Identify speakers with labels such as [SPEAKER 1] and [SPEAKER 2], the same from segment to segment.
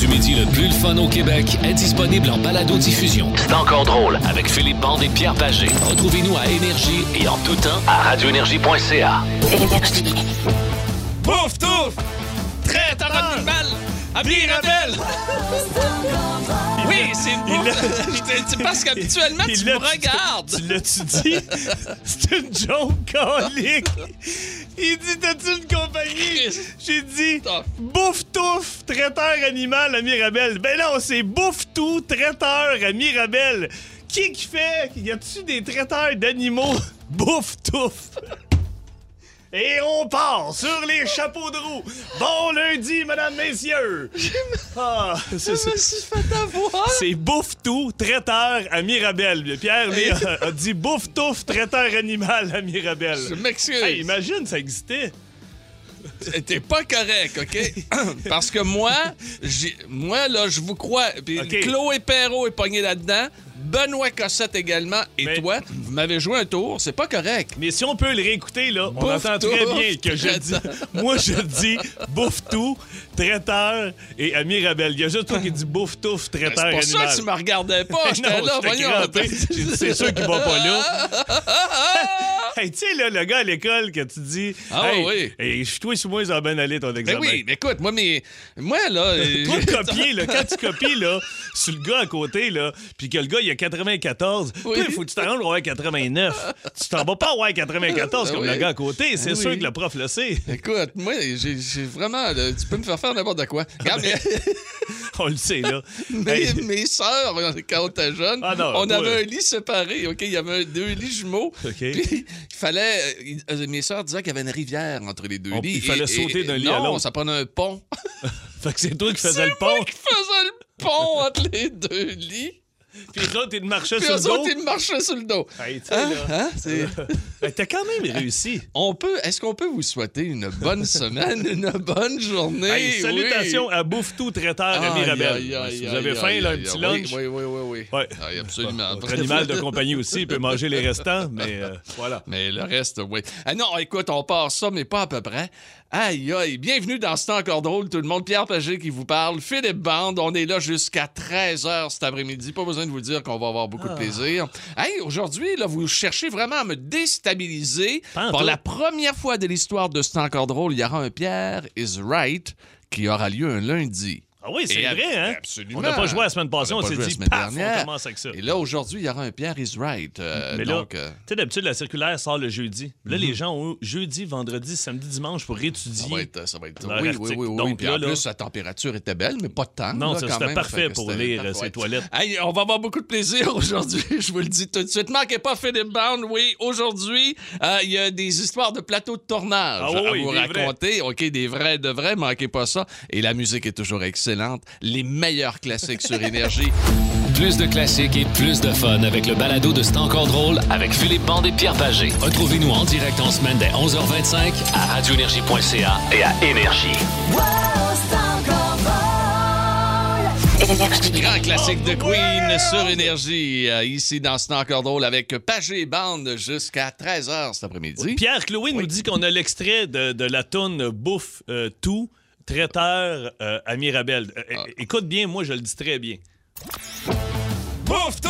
[SPEAKER 1] comédie le plus le fun au Québec est disponible en balado-diffusion. C'est encore drôle avec Philippe Bande et Pierre Pagé. Retrouvez-nous à Énergie et en tout temps à radioénergie.ca.
[SPEAKER 2] Pouf, touf! Traite à votre animal! Abri rebelle! Oui, c'est beau! C'est parce qu'habituellement, tu me regardes!
[SPEAKER 3] Tu l'as-tu dit? C'est une joke, colique! Il dit, t'as-tu une compagnie?
[SPEAKER 2] Chris.
[SPEAKER 3] J'ai dit,
[SPEAKER 2] Tough.
[SPEAKER 3] bouffe-touffe, traiteur animal à Mirabel. Ben non, c'est bouffe-tout, traiteur à Mirabel. Qui qui fait? Y a-tu des traiteurs d'animaux? Bouffe-touffe. Et on part sur les chapeaux de roue. Bon lundi, mesdames, messieurs. Ah, c'est
[SPEAKER 2] Je me suis fait avoir!
[SPEAKER 3] c'est bouffe tout, traiteur à Mirabel. Pierre lui, a, a dit bouffe touffe, traiteur animal à Mirabel.
[SPEAKER 2] Je m'excuse. Euh,
[SPEAKER 3] Hey, imagine, ça existait.
[SPEAKER 2] T'es pas correct, OK? Parce que moi, j'ai- moi là, je vous crois. Puis
[SPEAKER 3] OK.
[SPEAKER 2] Chloé Perrault est pogné là-dedans. Benoît Cossette également. Et
[SPEAKER 3] Mais-
[SPEAKER 2] toi, vous m'avez joué un tour. C'est pas correct.
[SPEAKER 3] Mais si on peut le réécouter, là, on
[SPEAKER 2] Bouffe
[SPEAKER 3] entend très
[SPEAKER 2] tout,
[SPEAKER 3] bien que je dis.
[SPEAKER 2] traiteur.
[SPEAKER 3] Moi, je dis bouffe tout, traiteur et à Mirabel. Il y a juste toi qui dis bouffe touffe,
[SPEAKER 2] Ben, C'est
[SPEAKER 3] traiteur
[SPEAKER 2] pour ça
[SPEAKER 3] animal.
[SPEAKER 2] que tu me regardais pas.
[SPEAKER 3] Hey,
[SPEAKER 2] J'étais
[SPEAKER 3] non,
[SPEAKER 2] là,
[SPEAKER 3] j'étais
[SPEAKER 2] voyons.
[SPEAKER 3] crampé. J'ai dit, C'est sûr qu'il va pas là. Hey, tu sais, là, le gars à l'école que tu dis.
[SPEAKER 2] Ah,
[SPEAKER 3] hey,
[SPEAKER 2] oui.
[SPEAKER 3] hey, je suis toi, sur moi, ils ont bien allé ton
[SPEAKER 2] Ben
[SPEAKER 3] examen.
[SPEAKER 2] oui, mais écoute, moi, mais, moi là. euh,
[SPEAKER 3] Toi, copier, là, quand tu copies, là, sur le gars à côté, là, puis que le gars, il a 94,
[SPEAKER 2] Oui.
[SPEAKER 3] toi, il faut que tu t'en rendes ouais 89. Tu t'en vas pas ouais 94
[SPEAKER 2] Ben
[SPEAKER 3] comme
[SPEAKER 2] oui.
[SPEAKER 3] le gars à côté. C'est
[SPEAKER 2] Ben
[SPEAKER 3] sûr
[SPEAKER 2] oui.
[SPEAKER 3] que le prof le sait.
[SPEAKER 2] Écoute, moi, j'ai j'ai vraiment. là, tu peux me faire faire n'importe quoi. Regarde, mais-
[SPEAKER 3] On le sait, là.
[SPEAKER 2] Mes,
[SPEAKER 3] Hey,
[SPEAKER 2] mes sœurs, quand on était jeunes,
[SPEAKER 3] Ah non,
[SPEAKER 2] on
[SPEAKER 3] toi-
[SPEAKER 2] avait un lit séparé. OK? Il y avait un- deux lits jumeaux.
[SPEAKER 3] OK.
[SPEAKER 2] Puis, il fallait. il- euh, mes sœurs disaient qu'il y avait une rivière entre les deux
[SPEAKER 3] On-
[SPEAKER 2] lits.
[SPEAKER 3] il fallait sauter d'un lit à
[SPEAKER 2] non,
[SPEAKER 3] l'autre.
[SPEAKER 2] ça prenait un pont.
[SPEAKER 3] fait que c'est toi qui faisais
[SPEAKER 2] C'est
[SPEAKER 3] le
[SPEAKER 2] moi
[SPEAKER 3] pont,
[SPEAKER 2] qui faisais le pont entre les deux lits.
[SPEAKER 3] puis l'autre, il marchait
[SPEAKER 2] Puis
[SPEAKER 3] sur le
[SPEAKER 2] eux autres,
[SPEAKER 3] dos.
[SPEAKER 2] ils marchaient sur le dos.
[SPEAKER 3] Hey, tu sais,
[SPEAKER 2] Hein?
[SPEAKER 3] là. Euh,
[SPEAKER 2] Hein? C'est-
[SPEAKER 3] Hey, T'as quand même réussi.
[SPEAKER 2] On peut, est-ce qu'on peut vous souhaiter une bonne semaine, une bonne journée?
[SPEAKER 3] Hey,
[SPEAKER 2] Oui.
[SPEAKER 3] salutations à Bouffe-Tout Traiteur
[SPEAKER 2] Aïe,
[SPEAKER 3] à Mirabel.
[SPEAKER 2] aïe, aïe,
[SPEAKER 3] Si vous
[SPEAKER 2] aïe,
[SPEAKER 3] avez
[SPEAKER 2] aïe,
[SPEAKER 3] faim, là, un
[SPEAKER 2] aïe,
[SPEAKER 3] petit
[SPEAKER 2] aïe.
[SPEAKER 3] lunch.
[SPEAKER 2] Oui, oui, oui, oui. oui.
[SPEAKER 3] Ouais.
[SPEAKER 2] Aïe, absolument.
[SPEAKER 3] Votre animal de compagnie aussi, il peut manger les restants, mais euh, voilà.
[SPEAKER 2] Mais le reste, oui. Ah non, écoute, on part ça, mais pas à peu près. Aïe, aïe. Bienvenue dans ce temps encore drôle, tout le monde. Pierre Pagé qui vous parle. Philippe Bande, on est là jusqu'à 13h cet après-midi. Pas besoin de vous dire qu'on va avoir beaucoup
[SPEAKER 3] Ah.
[SPEAKER 2] de plaisir. Hey, aujourd'hui, là, vous cherchez vraiment à me déstabiliser.
[SPEAKER 3] Pas en
[SPEAKER 2] Pour
[SPEAKER 3] tout.
[SPEAKER 2] la première fois de l'histoire de ce temps encore drôle, il y aura un Pierre is right qui aura lieu un lundi.
[SPEAKER 3] Ah oui, c'est
[SPEAKER 2] Et ab-
[SPEAKER 3] vrai, hein?
[SPEAKER 2] absolument.
[SPEAKER 3] On n'a pas joué la semaine passée,
[SPEAKER 2] On
[SPEAKER 3] on,
[SPEAKER 2] a pas
[SPEAKER 3] s'est
[SPEAKER 2] joué la
[SPEAKER 3] dit,
[SPEAKER 2] semaine
[SPEAKER 3] paf,
[SPEAKER 2] dernière.
[SPEAKER 3] on commence avec ça.
[SPEAKER 2] Et là, aujourd'hui, il y aura un Pierre is right. Euh,
[SPEAKER 3] Mais là,
[SPEAKER 2] donc,
[SPEAKER 3] tu
[SPEAKER 2] euh, Mm-hmm.
[SPEAKER 3] sais, d'habitude, la circulaire sort le jeudi. Là, les gens ont jeudi, vendredi, samedi, dimanche pour étudier.
[SPEAKER 2] Ça va être. Ça va être
[SPEAKER 3] L'heure
[SPEAKER 2] oui, oui, oui,
[SPEAKER 3] arctique.
[SPEAKER 2] oui.
[SPEAKER 3] Donc
[SPEAKER 2] Puis
[SPEAKER 3] là,
[SPEAKER 2] en
[SPEAKER 3] là-
[SPEAKER 2] plus, la température était belle, mais pas de temps.
[SPEAKER 3] Non,
[SPEAKER 2] là,
[SPEAKER 3] ça,
[SPEAKER 2] quand
[SPEAKER 3] c'était
[SPEAKER 2] même.
[SPEAKER 3] parfait
[SPEAKER 2] Fait que
[SPEAKER 3] pour
[SPEAKER 2] c'était-
[SPEAKER 3] lire,
[SPEAKER 2] ouais.
[SPEAKER 3] ces toilettes.
[SPEAKER 2] Hey, on va avoir beaucoup de plaisir aujourd'hui, je vous le dis tout de suite. Manquez pas Philippe Bound, oui. Aujourd'hui, euh, il y a des histoires de plateaux de tournage
[SPEAKER 3] Ah oui,
[SPEAKER 2] à
[SPEAKER 3] oui,
[SPEAKER 2] vous
[SPEAKER 3] des
[SPEAKER 2] raconter. OK, des vrais, de vrais, manquez pas ça. Et la musique est toujours excellente. Les meilleurs classiques sur Énergie.
[SPEAKER 1] Plus de classiques et plus de fun avec le balado de C'est encore drôle avec Philippe Bande et Pierre Pagé. Retrouvez-nous en direct en semaine dès 11h25 à radioénergie.ca et à Énergie.
[SPEAKER 2] Grand classique de
[SPEAKER 3] Oh,
[SPEAKER 2] Queen sur Énergie, euh, ici dans ce temps encore drôle avec Pagé et Bande jusqu'à 13h cet après-midi.
[SPEAKER 3] Pierre Chloé nous dit qu'on a l'extrait de, de la toune Bouffe euh, tout, traiteur euh, à Mirabel. Euh,
[SPEAKER 2] Ah.
[SPEAKER 3] é- Écoute bien, moi, je le dis très bien. Bouffe tout!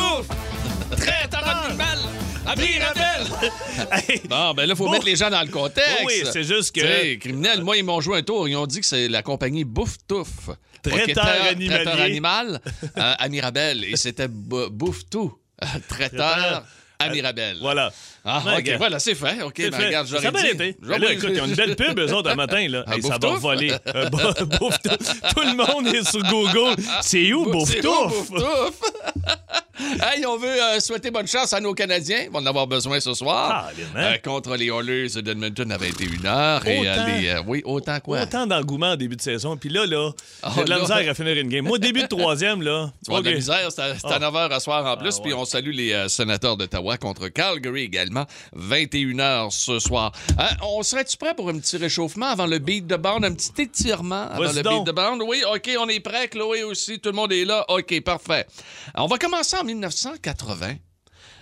[SPEAKER 3] Eh,
[SPEAKER 2] Traiteur animal à Mirabel!
[SPEAKER 3] Hey,
[SPEAKER 2] Bon, ben là, faut
[SPEAKER 3] Bon.
[SPEAKER 2] mettre les gens dans le contexte.
[SPEAKER 3] Oui, oui, c'est juste que-
[SPEAKER 2] Tu sais, criminels, moi, ils m'ont joué un tour. Ils ont dit que c'est la compagnie Bouffe-Touffe.
[SPEAKER 3] Traiteur
[SPEAKER 2] Ok,
[SPEAKER 3] animalier.
[SPEAKER 2] Traiteur animal euh, à Mirabel. Et c'était Bo- Bouffe-Tout. euh, Traiteur à
[SPEAKER 3] Euh,
[SPEAKER 2] Mirabel.
[SPEAKER 3] voilà.
[SPEAKER 2] Ah,
[SPEAKER 3] Ouais,
[SPEAKER 2] OK,
[SPEAKER 3] gars.
[SPEAKER 2] voilà, c'est fait. OK,
[SPEAKER 3] C'est
[SPEAKER 2] ben,
[SPEAKER 3] fait.
[SPEAKER 2] regarde,
[SPEAKER 3] ça
[SPEAKER 2] j'aurais
[SPEAKER 3] a bien
[SPEAKER 2] dit.
[SPEAKER 3] été.
[SPEAKER 2] J'aurais-
[SPEAKER 3] Là, écoute, ils ont une belle pub, eux autres, un matin. Là.
[SPEAKER 2] Ah,
[SPEAKER 3] Hey, ça va
[SPEAKER 2] Bouffe-Touffe?
[SPEAKER 3] voler. Euh, bo- Bouffe-Touffe. Tout le monde est sur Google. C'est où,
[SPEAKER 2] C'est
[SPEAKER 3] Bouffe-Touffe?
[SPEAKER 2] où, Bouffe-Touffe? hey, on veut euh, souhaiter bonne chance à nos Canadiens. Ils vont en avoir besoin ce soir.
[SPEAKER 3] Ah, bien, hein?
[SPEAKER 2] Euh, contre les Oilers d'Edmonton à 21h. Et, euh,
[SPEAKER 3] Autant-
[SPEAKER 2] les, euh, oui, autant quoi?
[SPEAKER 3] Autant d'engouement en début de saison. Puis là, là, j'ai
[SPEAKER 2] Oh,
[SPEAKER 3] de la
[SPEAKER 2] là.
[SPEAKER 3] misère à finir une game. Moi, début de troisième, là.
[SPEAKER 2] Tu vois, de
[SPEAKER 3] OK.
[SPEAKER 2] la misère, c'est à, c'est à
[SPEAKER 3] Ah.
[SPEAKER 2] 9h à soir en plus.
[SPEAKER 3] Ah,
[SPEAKER 2] Puis
[SPEAKER 3] ouais.
[SPEAKER 2] on salue les euh, sénateurs d'Ottawa contre Calgary également. 21h ce soir. Euh, on serait-tu prêt pour un petit réchauffement avant le beat de bande? Un petit étirement avant
[SPEAKER 3] Vas-y
[SPEAKER 2] le
[SPEAKER 3] donc.
[SPEAKER 2] beat de bande? Oui, OK, on est prêt. Chloé aussi, tout le monde est là. OK, parfait. On va commencer en 1980.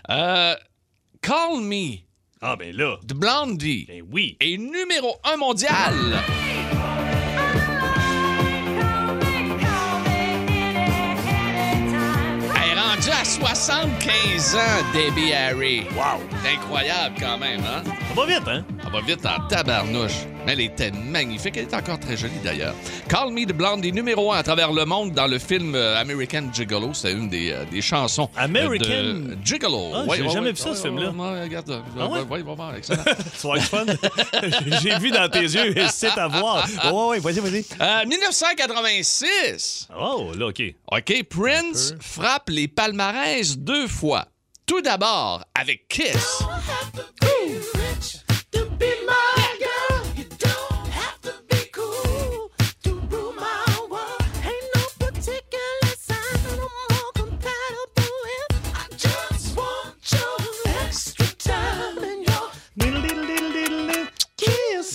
[SPEAKER 2] Euh, Call Me
[SPEAKER 3] Ah, ben là.
[SPEAKER 2] de Blondie
[SPEAKER 3] Ben oui.
[SPEAKER 2] est numéro 1 mondial.
[SPEAKER 4] Call me, call me,
[SPEAKER 2] 75 ans, Debbie Harry.
[SPEAKER 3] Wow!
[SPEAKER 2] C'est incroyable quand même, hein?
[SPEAKER 3] Ça va vite, hein?
[SPEAKER 2] On va vite en tabarnouche. Elle était magnifique. Elle est encore très jolie, d'ailleurs. Call Me the Blondie, numéro 1 à travers le monde dans le film euh, American Gigolo. C'est une des, euh, des chansons euh,
[SPEAKER 3] American-
[SPEAKER 2] de Gigolo.
[SPEAKER 3] Ah, j'ai jamais vu ça, ce film-là.
[SPEAKER 2] ouais, regarde. euh,
[SPEAKER 3] Ah ouais?
[SPEAKER 2] ouais, ouais, bon, bon, excellent.
[SPEAKER 3] Tu vas être fun. J'ai vu dans tes yeux, c'est à voir. Ouais, ouais, vas-y, vas-y.
[SPEAKER 2] Euh, 1986.
[SPEAKER 3] Oh, là, OK.
[SPEAKER 2] OK, Prince frappe les palmarès deux fois. Tout d'abord avec Kiss.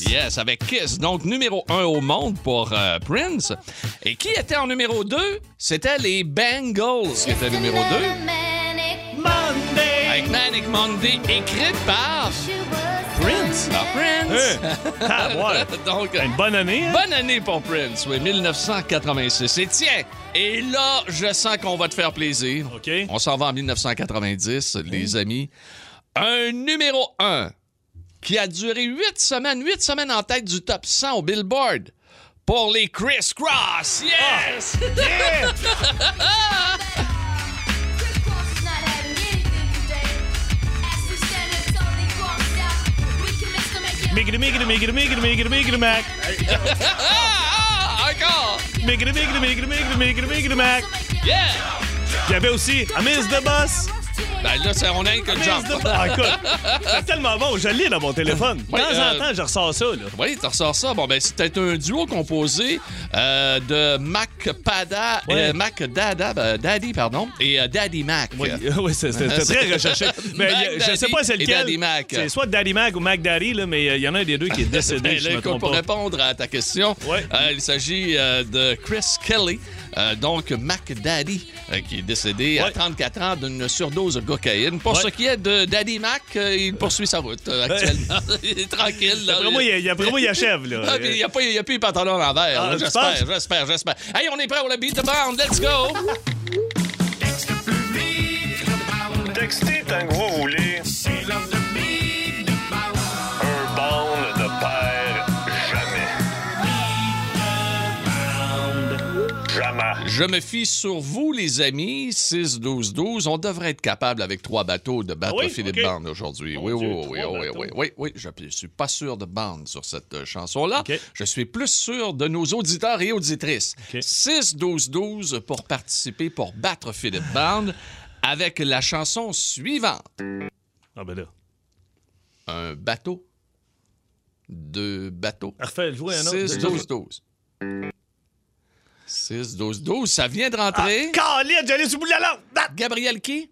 [SPEAKER 2] Yes, avec Kiss. Donc, numéro un au monde pour euh, Prince. Et qui était en numéro 2? C'était les Bengals qui étaient numéro 2.
[SPEAKER 3] Monday!
[SPEAKER 2] Avec Manic Monday, écrite par
[SPEAKER 3] Prince?
[SPEAKER 2] par Prince.
[SPEAKER 3] Ah, ouais.
[SPEAKER 2] Donc, euh,
[SPEAKER 3] Une bonne année, hein?
[SPEAKER 2] bonne année pour Prince, oui, 1986. Et tiens, et là, je sens qu'on va te faire plaisir.
[SPEAKER 3] OK.
[SPEAKER 2] On s'en va en 1990, les amis. Un numéro 1 qui a duré 8 semaines, 8 semaines en tête du top 100 au Billboard pour les Criss Cross. Yes!
[SPEAKER 3] Yeah! Migri, migri, migri, migri, migri, migri, mac.
[SPEAKER 2] Ah, ah, encore!
[SPEAKER 3] Migri, migri, migri, migri, migri, migri, mac.
[SPEAKER 2] Yeah!
[SPEAKER 3] Il y avait aussi I Miss the Bus.
[SPEAKER 2] Ben là, c'est- on a rien que le
[SPEAKER 3] Miss
[SPEAKER 2] jump.
[SPEAKER 3] the Bus. Ah, écoute, c'est tellement bon. Je l'ai dans mon téléphone. De
[SPEAKER 2] Ouais,
[SPEAKER 3] temps en
[SPEAKER 2] euh,
[SPEAKER 3] temps, je ressors ça, là.
[SPEAKER 2] Oui, tu ressors ça. Bon, ben, c'était un duo composé euh, de Mac Pada,
[SPEAKER 3] Ouais.
[SPEAKER 2] euh, Mac Dada, ben, Daddy, pardon, et euh, Daddy Mac.
[SPEAKER 3] Oui, oui c'est- c'était très recherché. Mais
[SPEAKER 2] Mac
[SPEAKER 3] il y a- je sais
[SPEAKER 2] Daddy
[SPEAKER 3] pas c'est
[SPEAKER 2] et Daddy
[SPEAKER 3] lequel.
[SPEAKER 2] Mac.
[SPEAKER 3] C'est soit Daddy Mac ou Mac Daddy, là, mais euh, il y en a un des deux qui est décédé,
[SPEAKER 2] Ben,
[SPEAKER 3] je
[SPEAKER 2] là,
[SPEAKER 3] me
[SPEAKER 2] écoute,
[SPEAKER 3] trompe
[SPEAKER 2] pour
[SPEAKER 3] pas.
[SPEAKER 2] répondre à ta question,
[SPEAKER 3] Ouais.
[SPEAKER 2] euh, il s'agit euh, de Chris Kelly, euh, donc Mac Daddy, euh, qui est décédé à
[SPEAKER 3] Ouais.
[SPEAKER 2] 34 ans d'une surdose de cocaïne. Pour
[SPEAKER 3] Ouais.
[SPEAKER 2] ce qui est de Daddy Mac, euh, il poursuit sa route euh, actuellement. il est tranquille. là.
[SPEAKER 3] Après moi, il, y a- après moi, il achève,
[SPEAKER 2] Ah,
[SPEAKER 3] là.
[SPEAKER 2] puis il n'y a, pas- il y a plus les pantalons en verre.
[SPEAKER 3] Ah,
[SPEAKER 2] là.
[SPEAKER 3] tu
[SPEAKER 2] j'espère,
[SPEAKER 3] penses?
[SPEAKER 2] j'espère, j'espère. Hey, on est prêt pour le beat de band. Let's go!
[SPEAKER 4] Textez tant que vous voulez. Un bond ne perd jamais. Jamais.
[SPEAKER 2] Je me fie sur vous, les amis. 6-12-12. On devrait être capable, avec trois bateaux, de battre
[SPEAKER 3] Ah oui?
[SPEAKER 2] Philippe
[SPEAKER 3] Ok.
[SPEAKER 2] Bande aujourd'hui.
[SPEAKER 3] Mon
[SPEAKER 2] Oui, oui,
[SPEAKER 3] Dieu,
[SPEAKER 2] oui, oui,
[SPEAKER 3] trois
[SPEAKER 2] oui,
[SPEAKER 3] bateaux.
[SPEAKER 2] oui, oui, oui. Je ne suis pas sûr de Bande sur cette euh, chanson-là.
[SPEAKER 3] Ok.
[SPEAKER 2] Je suis plus sûr de nos auditeurs et auditrices.
[SPEAKER 3] Ok.
[SPEAKER 2] 6-12-12 pour participer, pour battre Philippe Bande avec la chanson suivante.
[SPEAKER 3] Ah, ben là.
[SPEAKER 2] Un bateau. Deux bateaux.
[SPEAKER 3] Refais, jouer un autre.
[SPEAKER 2] 6, 12, 12. 6, 12, 12, ça vient de
[SPEAKER 3] Ah,
[SPEAKER 2] rentrer.
[SPEAKER 3] Calide, j'allais sous bout de la langue. Ah!
[SPEAKER 2] Gabriel qui?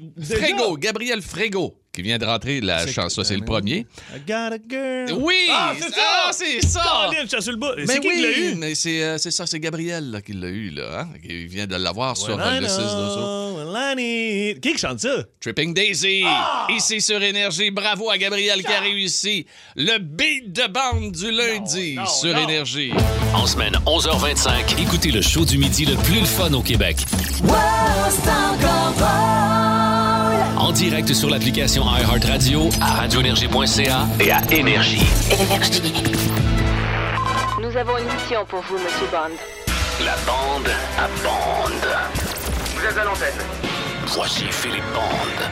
[SPEAKER 3] Vous avez
[SPEAKER 2] Frégo, Gabriel Frégo, qui vient de rentrer la
[SPEAKER 3] C'est-
[SPEAKER 2] chanson, c'est le premier.
[SPEAKER 3] ça? I got a girl.
[SPEAKER 2] Oui!
[SPEAKER 3] Ah, c'est ça!
[SPEAKER 2] Ah, c'est ça!
[SPEAKER 3] Calide, je suis sur le bout.
[SPEAKER 2] Mais
[SPEAKER 3] C'est qui qui l'a
[SPEAKER 2] oui,
[SPEAKER 3] eu?
[SPEAKER 2] mais c'est euh, c'est ça, c'est Gabriel là, qui l'a eu, là, hein, qui vient de l'avoir sur euh, le 6 12
[SPEAKER 3] Lani. Qui qui chante ça?
[SPEAKER 2] Tripping Daisy,
[SPEAKER 3] Ah!
[SPEAKER 2] ici sur Énergie. Bravo à Gabriel qui a réussi le beat de bande du lundi
[SPEAKER 3] non,
[SPEAKER 2] sur
[SPEAKER 3] non.
[SPEAKER 2] Énergie.
[SPEAKER 1] En semaine, 11h25, écoutez le show du midi le plus le fun au Québec. En direct sur l'application iHeartRadio, à radioénergie.ca et à Énergie.
[SPEAKER 5] Nous avons une mission pour vous, Monsieur Bond.
[SPEAKER 1] La bande à bande. Vous êtes à l'antenne. Voici Philippe Bande.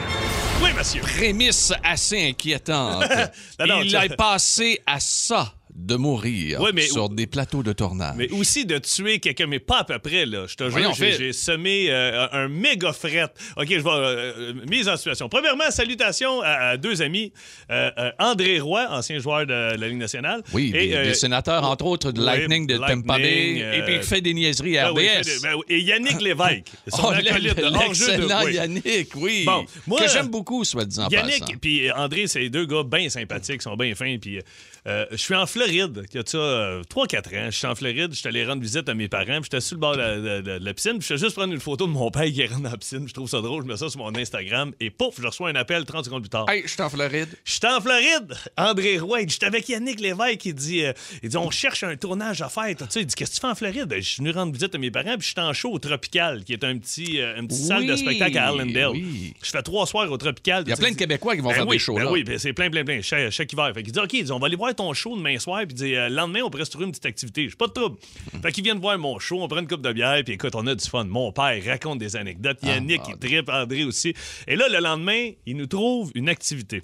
[SPEAKER 3] Oui, monsieur.
[SPEAKER 2] prémisse assez inquiétante.
[SPEAKER 3] Non, non,
[SPEAKER 2] Il
[SPEAKER 3] tu-
[SPEAKER 2] est passé à ça de mourir
[SPEAKER 3] Ouais, mais-
[SPEAKER 2] sur des plateaux de tournage.
[SPEAKER 3] Mais aussi de tuer quelqu'un, mais pas à peu près, là. Je te jure,
[SPEAKER 2] Voyons,
[SPEAKER 3] j'ai-
[SPEAKER 2] Phil.
[SPEAKER 3] j'ai semé euh, un méga fret. OK, je vais... euh, euh, mise en situation. Premièrement, salutations à, à deux amis. Euh, euh, André Roy, ancien joueur de la Ligue nationale.
[SPEAKER 2] Oui, des,
[SPEAKER 3] euh,
[SPEAKER 2] des sénateurs, entre autres, de
[SPEAKER 3] ouais,
[SPEAKER 2] Lightning, de
[SPEAKER 3] Lightning,
[SPEAKER 2] Tampa Bay,
[SPEAKER 3] euh,
[SPEAKER 2] et puis il fait des niaiseries à
[SPEAKER 3] ben
[SPEAKER 2] RDS.
[SPEAKER 3] oui, fait- ben oui. et Yannick Lévesque. son
[SPEAKER 2] Oh,
[SPEAKER 3] acolyte de
[SPEAKER 2] l'excellent
[SPEAKER 3] hors-jeu de- oui.
[SPEAKER 2] Yannick, oui.
[SPEAKER 3] Bon, moi-
[SPEAKER 2] que j'aime beaucoup, soit disant
[SPEAKER 3] Yannick puis André, c'est deux gars bien sympathiques, sont bien fins. Puis euh, euh, je suis en Floride Floride, qui a de ça euh, 3-4 ans. Je suis en Floride, je suis allé rendre visite à mes parents, puis j'étais sur le bord de la, de- de- de la piscine, puis je suis juste prendre une photo de mon père qui rentre dans la piscine. Je trouve ça drôle, je mets ça sur mon Instagram, et pouf, je reçois un appel 30 secondes plus tard.
[SPEAKER 2] Hey, je suis en Floride.
[SPEAKER 3] Je suis en Floride. André Roy, j'étais avec Yannick Lévesque. Il dit, euh, il dit On cherche un tournage à faire. tout ça. Il dit Qu'est-ce que tu fais en Floride Ben, Je suis venu rendre visite à mes parents, puis je suis en show au Tropical, qui est un petit, euh, une petite salle de
[SPEAKER 2] Oui,
[SPEAKER 3] spectacle à Allendale.
[SPEAKER 2] oui.
[SPEAKER 3] Je fais trois soirs au Tropical.
[SPEAKER 2] Il y a plein de Québécois qui vont faire
[SPEAKER 3] oui,
[SPEAKER 2] des shows
[SPEAKER 3] ben
[SPEAKER 2] là.
[SPEAKER 3] oui, ben c'est plein, plein, plein, chaque, chaque hiver. Fait qu'il dit, OK, il dit, on va aller voir ton show demain soir, puis il dit, euh, le lendemain, on pourrait se trouver une petite activité. J'ai pas de trouble.
[SPEAKER 2] Hmm.
[SPEAKER 3] Fait qu'ils viennent voir mon show, on prend une coupe de bière, puis écoute, on a du fun. Mon père raconte des anecdotes,
[SPEAKER 2] Ah,
[SPEAKER 3] Yannick, il tripe, André aussi. Et là, le lendemain, il nous trouve une activité.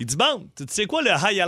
[SPEAKER 3] Il dit, bon, tu sais quoi, le high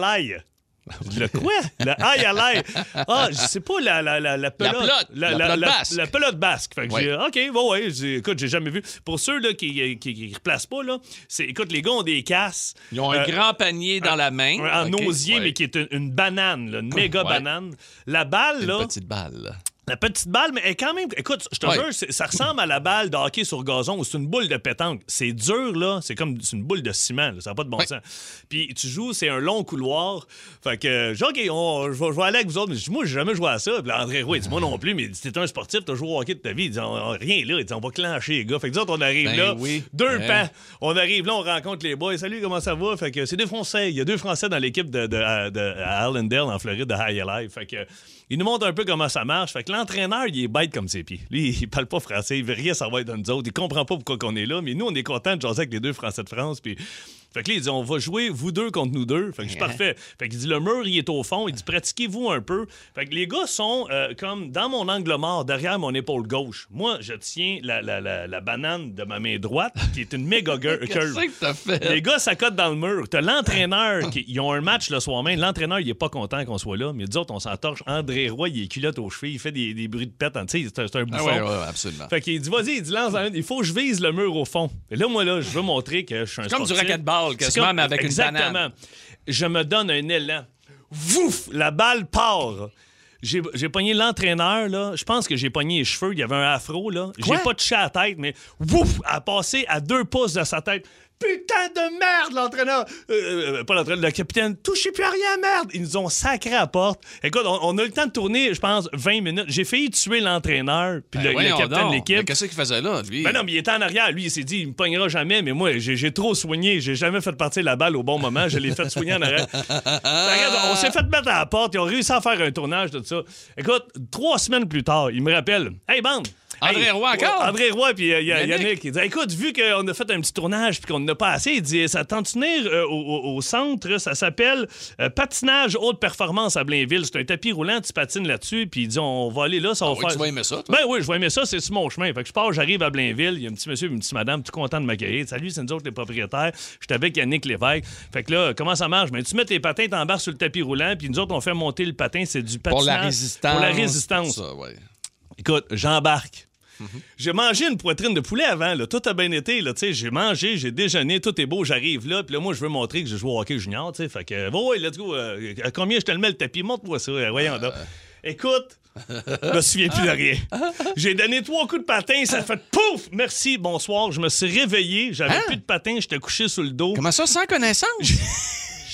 [SPEAKER 3] le quoi? Le aïe à l'ail. Ah, je sais pas, la, la, la, la pelote.
[SPEAKER 2] pelote. La pelote basque.
[SPEAKER 3] La pelote basque. Fait que
[SPEAKER 2] Ouais.
[SPEAKER 3] j'ai, OK, ouais, ouais. j'ai- écoute, j'ai jamais vu. Pour ceux là, qui ne qui, qui replacent pas, là, c'est, écoute, les gars ont des casses.
[SPEAKER 2] Ils ont un
[SPEAKER 3] euh,
[SPEAKER 2] grand panier dans la main.
[SPEAKER 3] en
[SPEAKER 2] Ok,
[SPEAKER 3] osier,
[SPEAKER 2] ouais.
[SPEAKER 3] mais qui est une, une banane, là, une méga
[SPEAKER 2] Ouais.
[SPEAKER 3] banane. La balle, là,
[SPEAKER 2] Une petite balle.
[SPEAKER 3] la petite balle, mais elle est quand même. Écoute, je te
[SPEAKER 2] Ouais.
[SPEAKER 3] jure, c'est- ça ressemble à la balle de hockey sur gazon où c'est une boule de pétanque. C'est dur, là. C'est comme c'est une boule de ciment, là. Ça n'a pas de bon
[SPEAKER 2] Ouais.
[SPEAKER 3] sens. Puis tu joues, c'est un long couloir. Fait que, euh, j'ai dit, OK, on- je vais jouer aller avec vous autres. Mais je dis, moi, j'ai jamais joué à ça. Puis là, André Roy, il dit, moi non plus, mais il dit, t'es un sportif, t'as joué au hockey de ta vie. Il dit, on, on- rien là. Il dit, on va clencher, les gars. Fait que nous autres, on arrive
[SPEAKER 2] Ben
[SPEAKER 3] là.
[SPEAKER 2] oui.
[SPEAKER 3] Deux
[SPEAKER 2] Ouais.
[SPEAKER 3] pans. On arrive là, on rencontre les boys. Salut, comment ça va? Fait que c'est des Français. Il y a deux Français dans l'équipe de, de, à- de- à Allendale, en Floride, de High Alive. Fait que euh, il nous montre un peu comment ça marche. Fait que l'entraîneur, il est bête comme ses pieds. Lui, il parle pas français. Il veut rien savoir de nous autres. Il comprend pas pourquoi qu'on est là. Mais nous, on est contents de jaser avec les deux Français de France. Puis. Fait que là, il dit, on va jouer vous deux contre nous deux. Fait que je suis parfait. Fait qu'il dit, le mur, il est au fond. Il dit, pratiquez-vous un peu. Fait que les gars sont euh, comme dans mon angle mort, derrière mon épaule gauche. Moi, je tiens la, la- la- la banane de ma main droite, qui est une méga gue-
[SPEAKER 2] Qu'est-ce
[SPEAKER 3] curve.
[SPEAKER 2] que t'as fait?
[SPEAKER 3] Euh, Les gars s'accotent dans le mur. T'as l'entraîneur qui. Ils ont un match le soir même. L'entraîneur, il est pas content qu'on soit là, mais nous autres, on s'entorche. André Roy, il est culotte aux chevilles, il fait des, des bruits de pète. hein, Tu sais, c'est un- c'est un
[SPEAKER 2] Ah
[SPEAKER 3] bouffon.
[SPEAKER 2] oui, absolument.
[SPEAKER 3] Fait qu'il dit, vas-y, il dit, lance dans une. Il faut que je vise le mur au fond. Et là, moi, là, je veux montrer que je suis un
[SPEAKER 2] comme du
[SPEAKER 3] sportif.
[SPEAKER 2] racquetball,
[SPEAKER 3] C'est
[SPEAKER 2] quasiment, mais avec une banane.
[SPEAKER 3] Exactement. Je me donne un élan. Vouf! La balle part. J'ai j'ai pogné l'entraîneur, là. Je pense que j'ai pogné les cheveux. Il y avait un afro, là. J'ai
[SPEAKER 2] Quoi?
[SPEAKER 3] pas touché à la tête, mais vouf! Elle a passé à deux pouces de sa tête. Putain de merde, l'entraîneur! Euh, euh, pas l'entraîneur, le capitaine. Touchez plus à rien, merde! Ils nous ont sacré à la porte. Écoute, on, on a eu le temps de tourner, je pense, 20 minutes. J'ai failli tuer l'entraîneur, puis
[SPEAKER 2] Ben
[SPEAKER 3] le- le,
[SPEAKER 2] voyons
[SPEAKER 3] capitaine
[SPEAKER 2] donc.
[SPEAKER 3] de l'équipe.
[SPEAKER 2] Mais Qu'est-ce qu'il faisait là, lui?
[SPEAKER 3] Ben non, mais il était en arrière. Lui, il s'est dit, il me pognera jamais, mais moi, j'ai j'ai trop soigné. J'ai jamais fait partir la balle au bon moment. Je l'ai fait soigner en arrière. Fait que, regarde, on s'est fait mettre à la porte. Ils ont réussi à faire un tournage de tout ça. Écoute, trois semaines plus tard, il me rappelle Hey, bande!
[SPEAKER 2] André
[SPEAKER 3] Hey,
[SPEAKER 2] Roy encore?
[SPEAKER 3] ouais, André Roy, puis euh, y a-
[SPEAKER 2] Yannick.
[SPEAKER 3] Yannick. Il dit Écoute, vu qu'on a fait un petit tournage puis qu'on n'a pas assez, il dit Ça tente tenir euh, au, au- au centre, ça s'appelle euh, Patinage haute performance à Blainville. C'est un tapis roulant, tu patines là-dessus, puis il dit On va aller là, ça va
[SPEAKER 2] oui,
[SPEAKER 3] faire.
[SPEAKER 2] tu vas aimer ça, toi.
[SPEAKER 3] Ben oui, je vais aimer ça, c'est sur mon chemin. Fait que je pars, j'arrive à Blainville, il y a un petit monsieur, une petite madame, tout content de m'accueillir. Salut, c'est nous autres les propriétaires. J'étais avec Yannick Lévesque. Fait que là, comment ça marche? Ben, tu mets tes patins, t'embarques sur le tapis roulant, puis nous autres, on fait monter le patin, c'est du patinage.
[SPEAKER 2] Pour la résistance.
[SPEAKER 3] Pour la résistance.
[SPEAKER 2] Ça, ouais.
[SPEAKER 3] Écoute, j'embarque. J'ai mangé une poitrine de poulet avant, là. tout a bien été. Là, tu sais, j'ai mangé, j'ai déjeuné, tout est beau, j'arrive là. Puis là, moi, je veux montrer que je joue au hockey junior. tu sais. Fait que, euh, ouais, ouais, let's go. euh, à combien je te le mets le tapis? Montre-moi ça, euh, voyons donc. Écoute, je me souviens plus de rien. J'ai donné trois coups de patin, ça a fait pouf! Merci, bonsoir. Je me suis réveillé, j'avais plus de patin, j'étais couché sur le dos.
[SPEAKER 2] Comment ça, sans connaissance?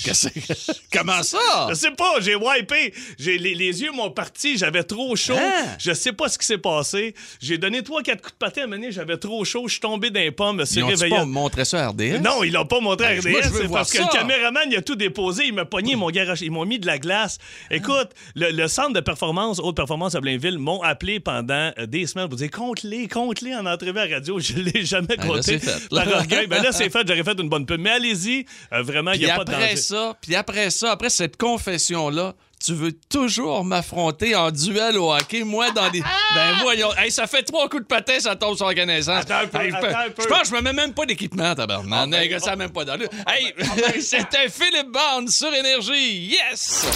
[SPEAKER 2] Qu'est-ce que- Comment ça?
[SPEAKER 3] Je sais pas, j'ai wipé. J'ai, les, les yeux m'ont parti, j'avais trop chaud.
[SPEAKER 2] Hein?
[SPEAKER 3] Je sais pas ce qui s'est passé. J'ai donné trois, quatre coups de patin à un moment donné, j'avais trop chaud, je suis tombé d'un pomme, me suis
[SPEAKER 2] Ils ont
[SPEAKER 3] réveillé.
[SPEAKER 2] pas montré ça à RDS?
[SPEAKER 3] Non, ils l'ont pas montré à
[SPEAKER 2] Hey,
[SPEAKER 3] RDS.
[SPEAKER 2] moi, je veux
[SPEAKER 3] c'est
[SPEAKER 2] voir
[SPEAKER 3] parce que
[SPEAKER 2] ça.
[SPEAKER 3] le caméraman, il a tout déposé. Il m'a pogné mon garage. Ils m'ont mis de la glace.
[SPEAKER 2] Hein?
[SPEAKER 3] Écoute, le, le centre de performance, haute performance à Blainville, m'ont appelé pendant euh, des semaines pour dire compte-les, compte-les en entrevue à la radio. Je l'ai jamais
[SPEAKER 2] Ben, là,
[SPEAKER 3] compté.
[SPEAKER 2] c'est fait, là.
[SPEAKER 3] par orgueil. Ben là, c'est fait. J'aurais fait une bonne pub. Mais allez-y. euh, vraiment, il
[SPEAKER 2] Puis
[SPEAKER 3] n'y a pas de
[SPEAKER 2] après
[SPEAKER 3] danger.
[SPEAKER 2] ça, puis après ça, après cette confession-là, tu veux toujours m'affronter en duel au hockey, moi, dans des... ben voyons, Hey, ça fait trois coups de patin, ça tombe sur la connaissance.
[SPEAKER 3] Attends un peu,
[SPEAKER 2] Hey, je peux-
[SPEAKER 3] attends un peu. Ah, ben,
[SPEAKER 2] Je pense que je me mets même pas d'équipement, tabarnak. Hey, ça a même pas d'allure. Hey, c'était Philippe Bond sur Énergie, yes!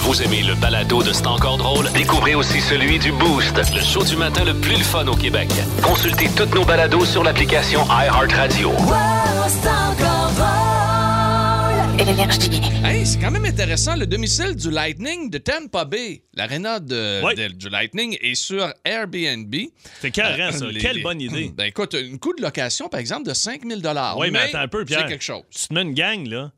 [SPEAKER 1] Vous aimez le balado de C'est encore drôle? Découvrez aussi celui du Boost, le show du matin le plus le fun au Québec. Consultez toutes nos balados sur l'application iHeartRadio.
[SPEAKER 2] Hey, c'est quand même intéressant. Le domicile du Lightning de Tampa Bay, l'aréna de,
[SPEAKER 3] Ouais.
[SPEAKER 2] de- du Lightning, est sur Airbnb.
[SPEAKER 3] C'est carré, ça.
[SPEAKER 2] Euh, les-
[SPEAKER 3] Quelle
[SPEAKER 2] les-
[SPEAKER 3] bonne idée.
[SPEAKER 2] Ben écoute, une coût de location, par exemple, de 5 000
[SPEAKER 3] Oui, mais attends un peu, Pierre.
[SPEAKER 2] C'est quelque chose.
[SPEAKER 3] Tu te mets une gang, là.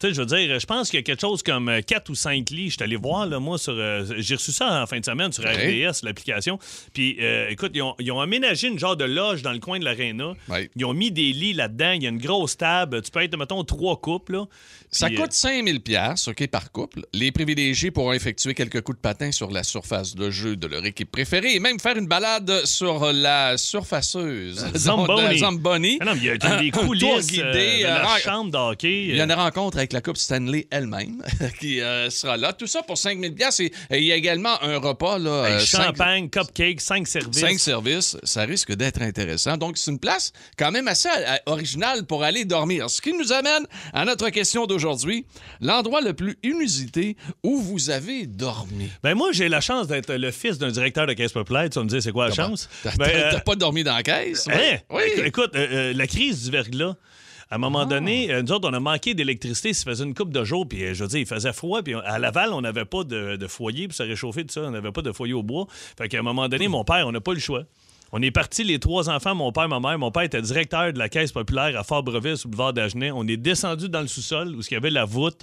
[SPEAKER 3] Tu Tu sais, je veux dire, je pense qu'il y a quelque chose comme 4 ou 5 lits. Je suis allé voir, là, moi, sur. euh, J'ai reçu ça en fin de semaine sur RDS, l'application. Puis, euh, écoute, ils ont, ils ont aménagé une genre de loge dans le coin de l'aréna.
[SPEAKER 2] Ouais.
[SPEAKER 3] Ils ont mis des lits là-dedans. Il y a une grosse table. Tu peux être, mettons, trois couples, là.
[SPEAKER 2] Ça
[SPEAKER 3] Puis, euh,
[SPEAKER 2] coûte 5000 pièces, OK, par couple. Les privilégiés pourront effectuer quelques coups de patin sur la surface de jeu de leur équipe préférée et même faire une balade sur la surfaceuse.
[SPEAKER 3] Euh, Zamboni.
[SPEAKER 2] Donc, de Zamboni.
[SPEAKER 3] Ah non, mais il y a des- des
[SPEAKER 2] Un tour
[SPEAKER 3] coulisses
[SPEAKER 2] guidé,
[SPEAKER 3] euh, de
[SPEAKER 2] euh,
[SPEAKER 3] la
[SPEAKER 2] ah,
[SPEAKER 3] chambre de hockey.
[SPEAKER 2] Il y
[SPEAKER 3] euh,
[SPEAKER 2] en a rencontre avec la Coupe Stanley elle-même qui euh, sera là. Tout ça pour 5000 pièces et et il y a également un repas là,
[SPEAKER 3] avec
[SPEAKER 2] euh, cinq-
[SPEAKER 3] champagne, cupcake, cinq services.
[SPEAKER 2] Cinq services, ça risque d'être intéressant. Donc, c'est une place quand même assez euh, originale pour aller dormir. Ce qui nous amène à notre question d'aujourd'hui. L'endroit le plus inusité où vous avez dormi.
[SPEAKER 3] Ben moi, j'ai la chance d'être le fils d'un directeur de caisse populaire. Tu vas me dire, c'est quoi la
[SPEAKER 2] Comment?
[SPEAKER 3] chance?
[SPEAKER 2] T'as
[SPEAKER 3] Ben,
[SPEAKER 2] t'as-
[SPEAKER 3] euh,
[SPEAKER 2] t'as pas dormi dans la caisse? Oui.
[SPEAKER 3] hein?
[SPEAKER 2] Oui.
[SPEAKER 3] Éc- Écoute, euh, euh, la crise du verglas. À un moment donné,
[SPEAKER 2] Ah.
[SPEAKER 3] euh, nous autres, on a manqué d'électricité. Ça faisait une coupe de jours, puis euh, je veux dire, il faisait froid. Puis on- à Laval, on n'avait pas de, de foyer pour se réchauffer, tout ça. On n'avait pas de foyer au bois. Fait qu'à un moment donné, mon père, on n'a pas le choix. On est partis, les trois enfants, mon père, ma mère. Mon père était directeur de la Caisse populaire à Fort-Brevis, au boulevard d'Agenais. On est descendu dans le sous-sol, où il y avait la voûte.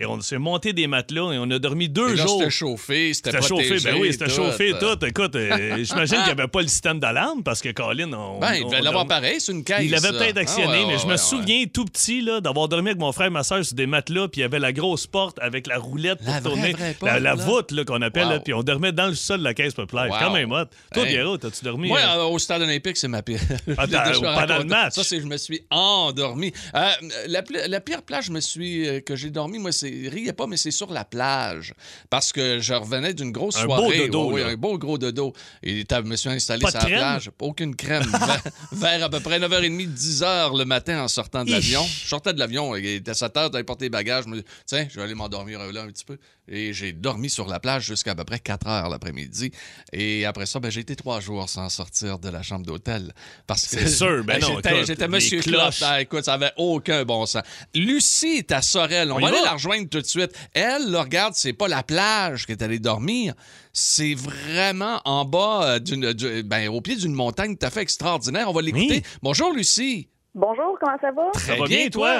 [SPEAKER 3] Et on s'est monté des matelas et on a dormi deux
[SPEAKER 2] Et là,
[SPEAKER 3] jours.
[SPEAKER 2] c'était chauffé, c'était
[SPEAKER 3] C'était chauffé,
[SPEAKER 2] protégé.
[SPEAKER 3] ben oui, c'était
[SPEAKER 2] tout.
[SPEAKER 3] chauffé et tout. Écoute, euh, j'imagine qu'il n'y avait pas le système d'alarme parce que Colin, on.
[SPEAKER 2] Ben, il
[SPEAKER 3] on-
[SPEAKER 2] devait
[SPEAKER 3] on
[SPEAKER 2] l'avoir
[SPEAKER 3] dorm-
[SPEAKER 2] pareil, c'est une caisse.
[SPEAKER 3] Il l'avait
[SPEAKER 2] ça.
[SPEAKER 3] peut-être
[SPEAKER 2] Ah,
[SPEAKER 3] actionné,
[SPEAKER 2] ouais,
[SPEAKER 3] mais
[SPEAKER 2] ouais,
[SPEAKER 3] je me
[SPEAKER 2] ouais,
[SPEAKER 3] souviens tout petit là, d'avoir dormi avec mon frère et ma soeur sur des matelas, puis il y avait la grosse porte avec la roulette pour
[SPEAKER 2] La vraie,
[SPEAKER 3] tourner.
[SPEAKER 2] vraie porte,
[SPEAKER 3] la, la
[SPEAKER 2] là.
[SPEAKER 3] voûte là, qu'on appelle,
[SPEAKER 2] Wow.
[SPEAKER 3] là, puis on dormait dans le sol de la caisse populaire.
[SPEAKER 2] Wow.
[SPEAKER 3] Quand même hot. Toi,
[SPEAKER 2] Hey.
[SPEAKER 3] Pierrot, t'as-tu dormi?
[SPEAKER 2] Moi,
[SPEAKER 3] euh,
[SPEAKER 2] euh, au stade olympique, c'est ma pire. Je l'ai
[SPEAKER 3] Attends,
[SPEAKER 2] déjà
[SPEAKER 3] pendant
[SPEAKER 2] raconté.
[SPEAKER 3] le match.
[SPEAKER 2] Ça, c'est je me suis endormi. Euh, la, pla- la pire plage je me suis, euh, que j'ai dormi, moi, c'est, riez pas, mais c'est sur la plage. Parce que je revenais d'une grosse
[SPEAKER 3] Un beau
[SPEAKER 2] soirée.
[SPEAKER 3] dodo,
[SPEAKER 2] Ouais, ouais,
[SPEAKER 3] là.
[SPEAKER 2] un beau gros dodo. Et t'as- je me suis installé
[SPEAKER 3] Pas de
[SPEAKER 2] sur la
[SPEAKER 3] crème?
[SPEAKER 2] plage. Aucune crème. vers, vers à peu près 9h30, 10h le matin en sortant de
[SPEAKER 3] Hi.
[SPEAKER 2] l'avion. Je sortais de l'avion, il était 7 h, j'avais porté les bagages. Je me dis, tiens, je vais aller m'endormir là un petit peu. Et j'ai dormi sur la plage jusqu'à à peu près 4 h l'après-midi. Et après ça, ben, j'ai été trois jours sans sortir de la chambre d'hôtel. Parce que.
[SPEAKER 3] C'est sûr, ben non,
[SPEAKER 2] J'étais,
[SPEAKER 3] écoute,
[SPEAKER 2] j'étais
[SPEAKER 3] les
[SPEAKER 2] monsieur
[SPEAKER 3] cloches.
[SPEAKER 2] Cloche. Ah, écoute, ça avait aucun bon sens. Lucie est à Sorel. On,
[SPEAKER 3] On y
[SPEAKER 2] va aller
[SPEAKER 3] va?
[SPEAKER 2] la rejoindre tout de suite. Elle, là, regarde, c'est pas la plage qui est allée dormir. C'est vraiment en bas, euh, d'une, du- ben, au pied d'une montagne tout à fait extraordinaire. On va l'écouter.
[SPEAKER 3] Oui.
[SPEAKER 2] Bonjour, Lucie.
[SPEAKER 6] Bonjour, comment ça va?
[SPEAKER 2] Très
[SPEAKER 3] va bien, toi?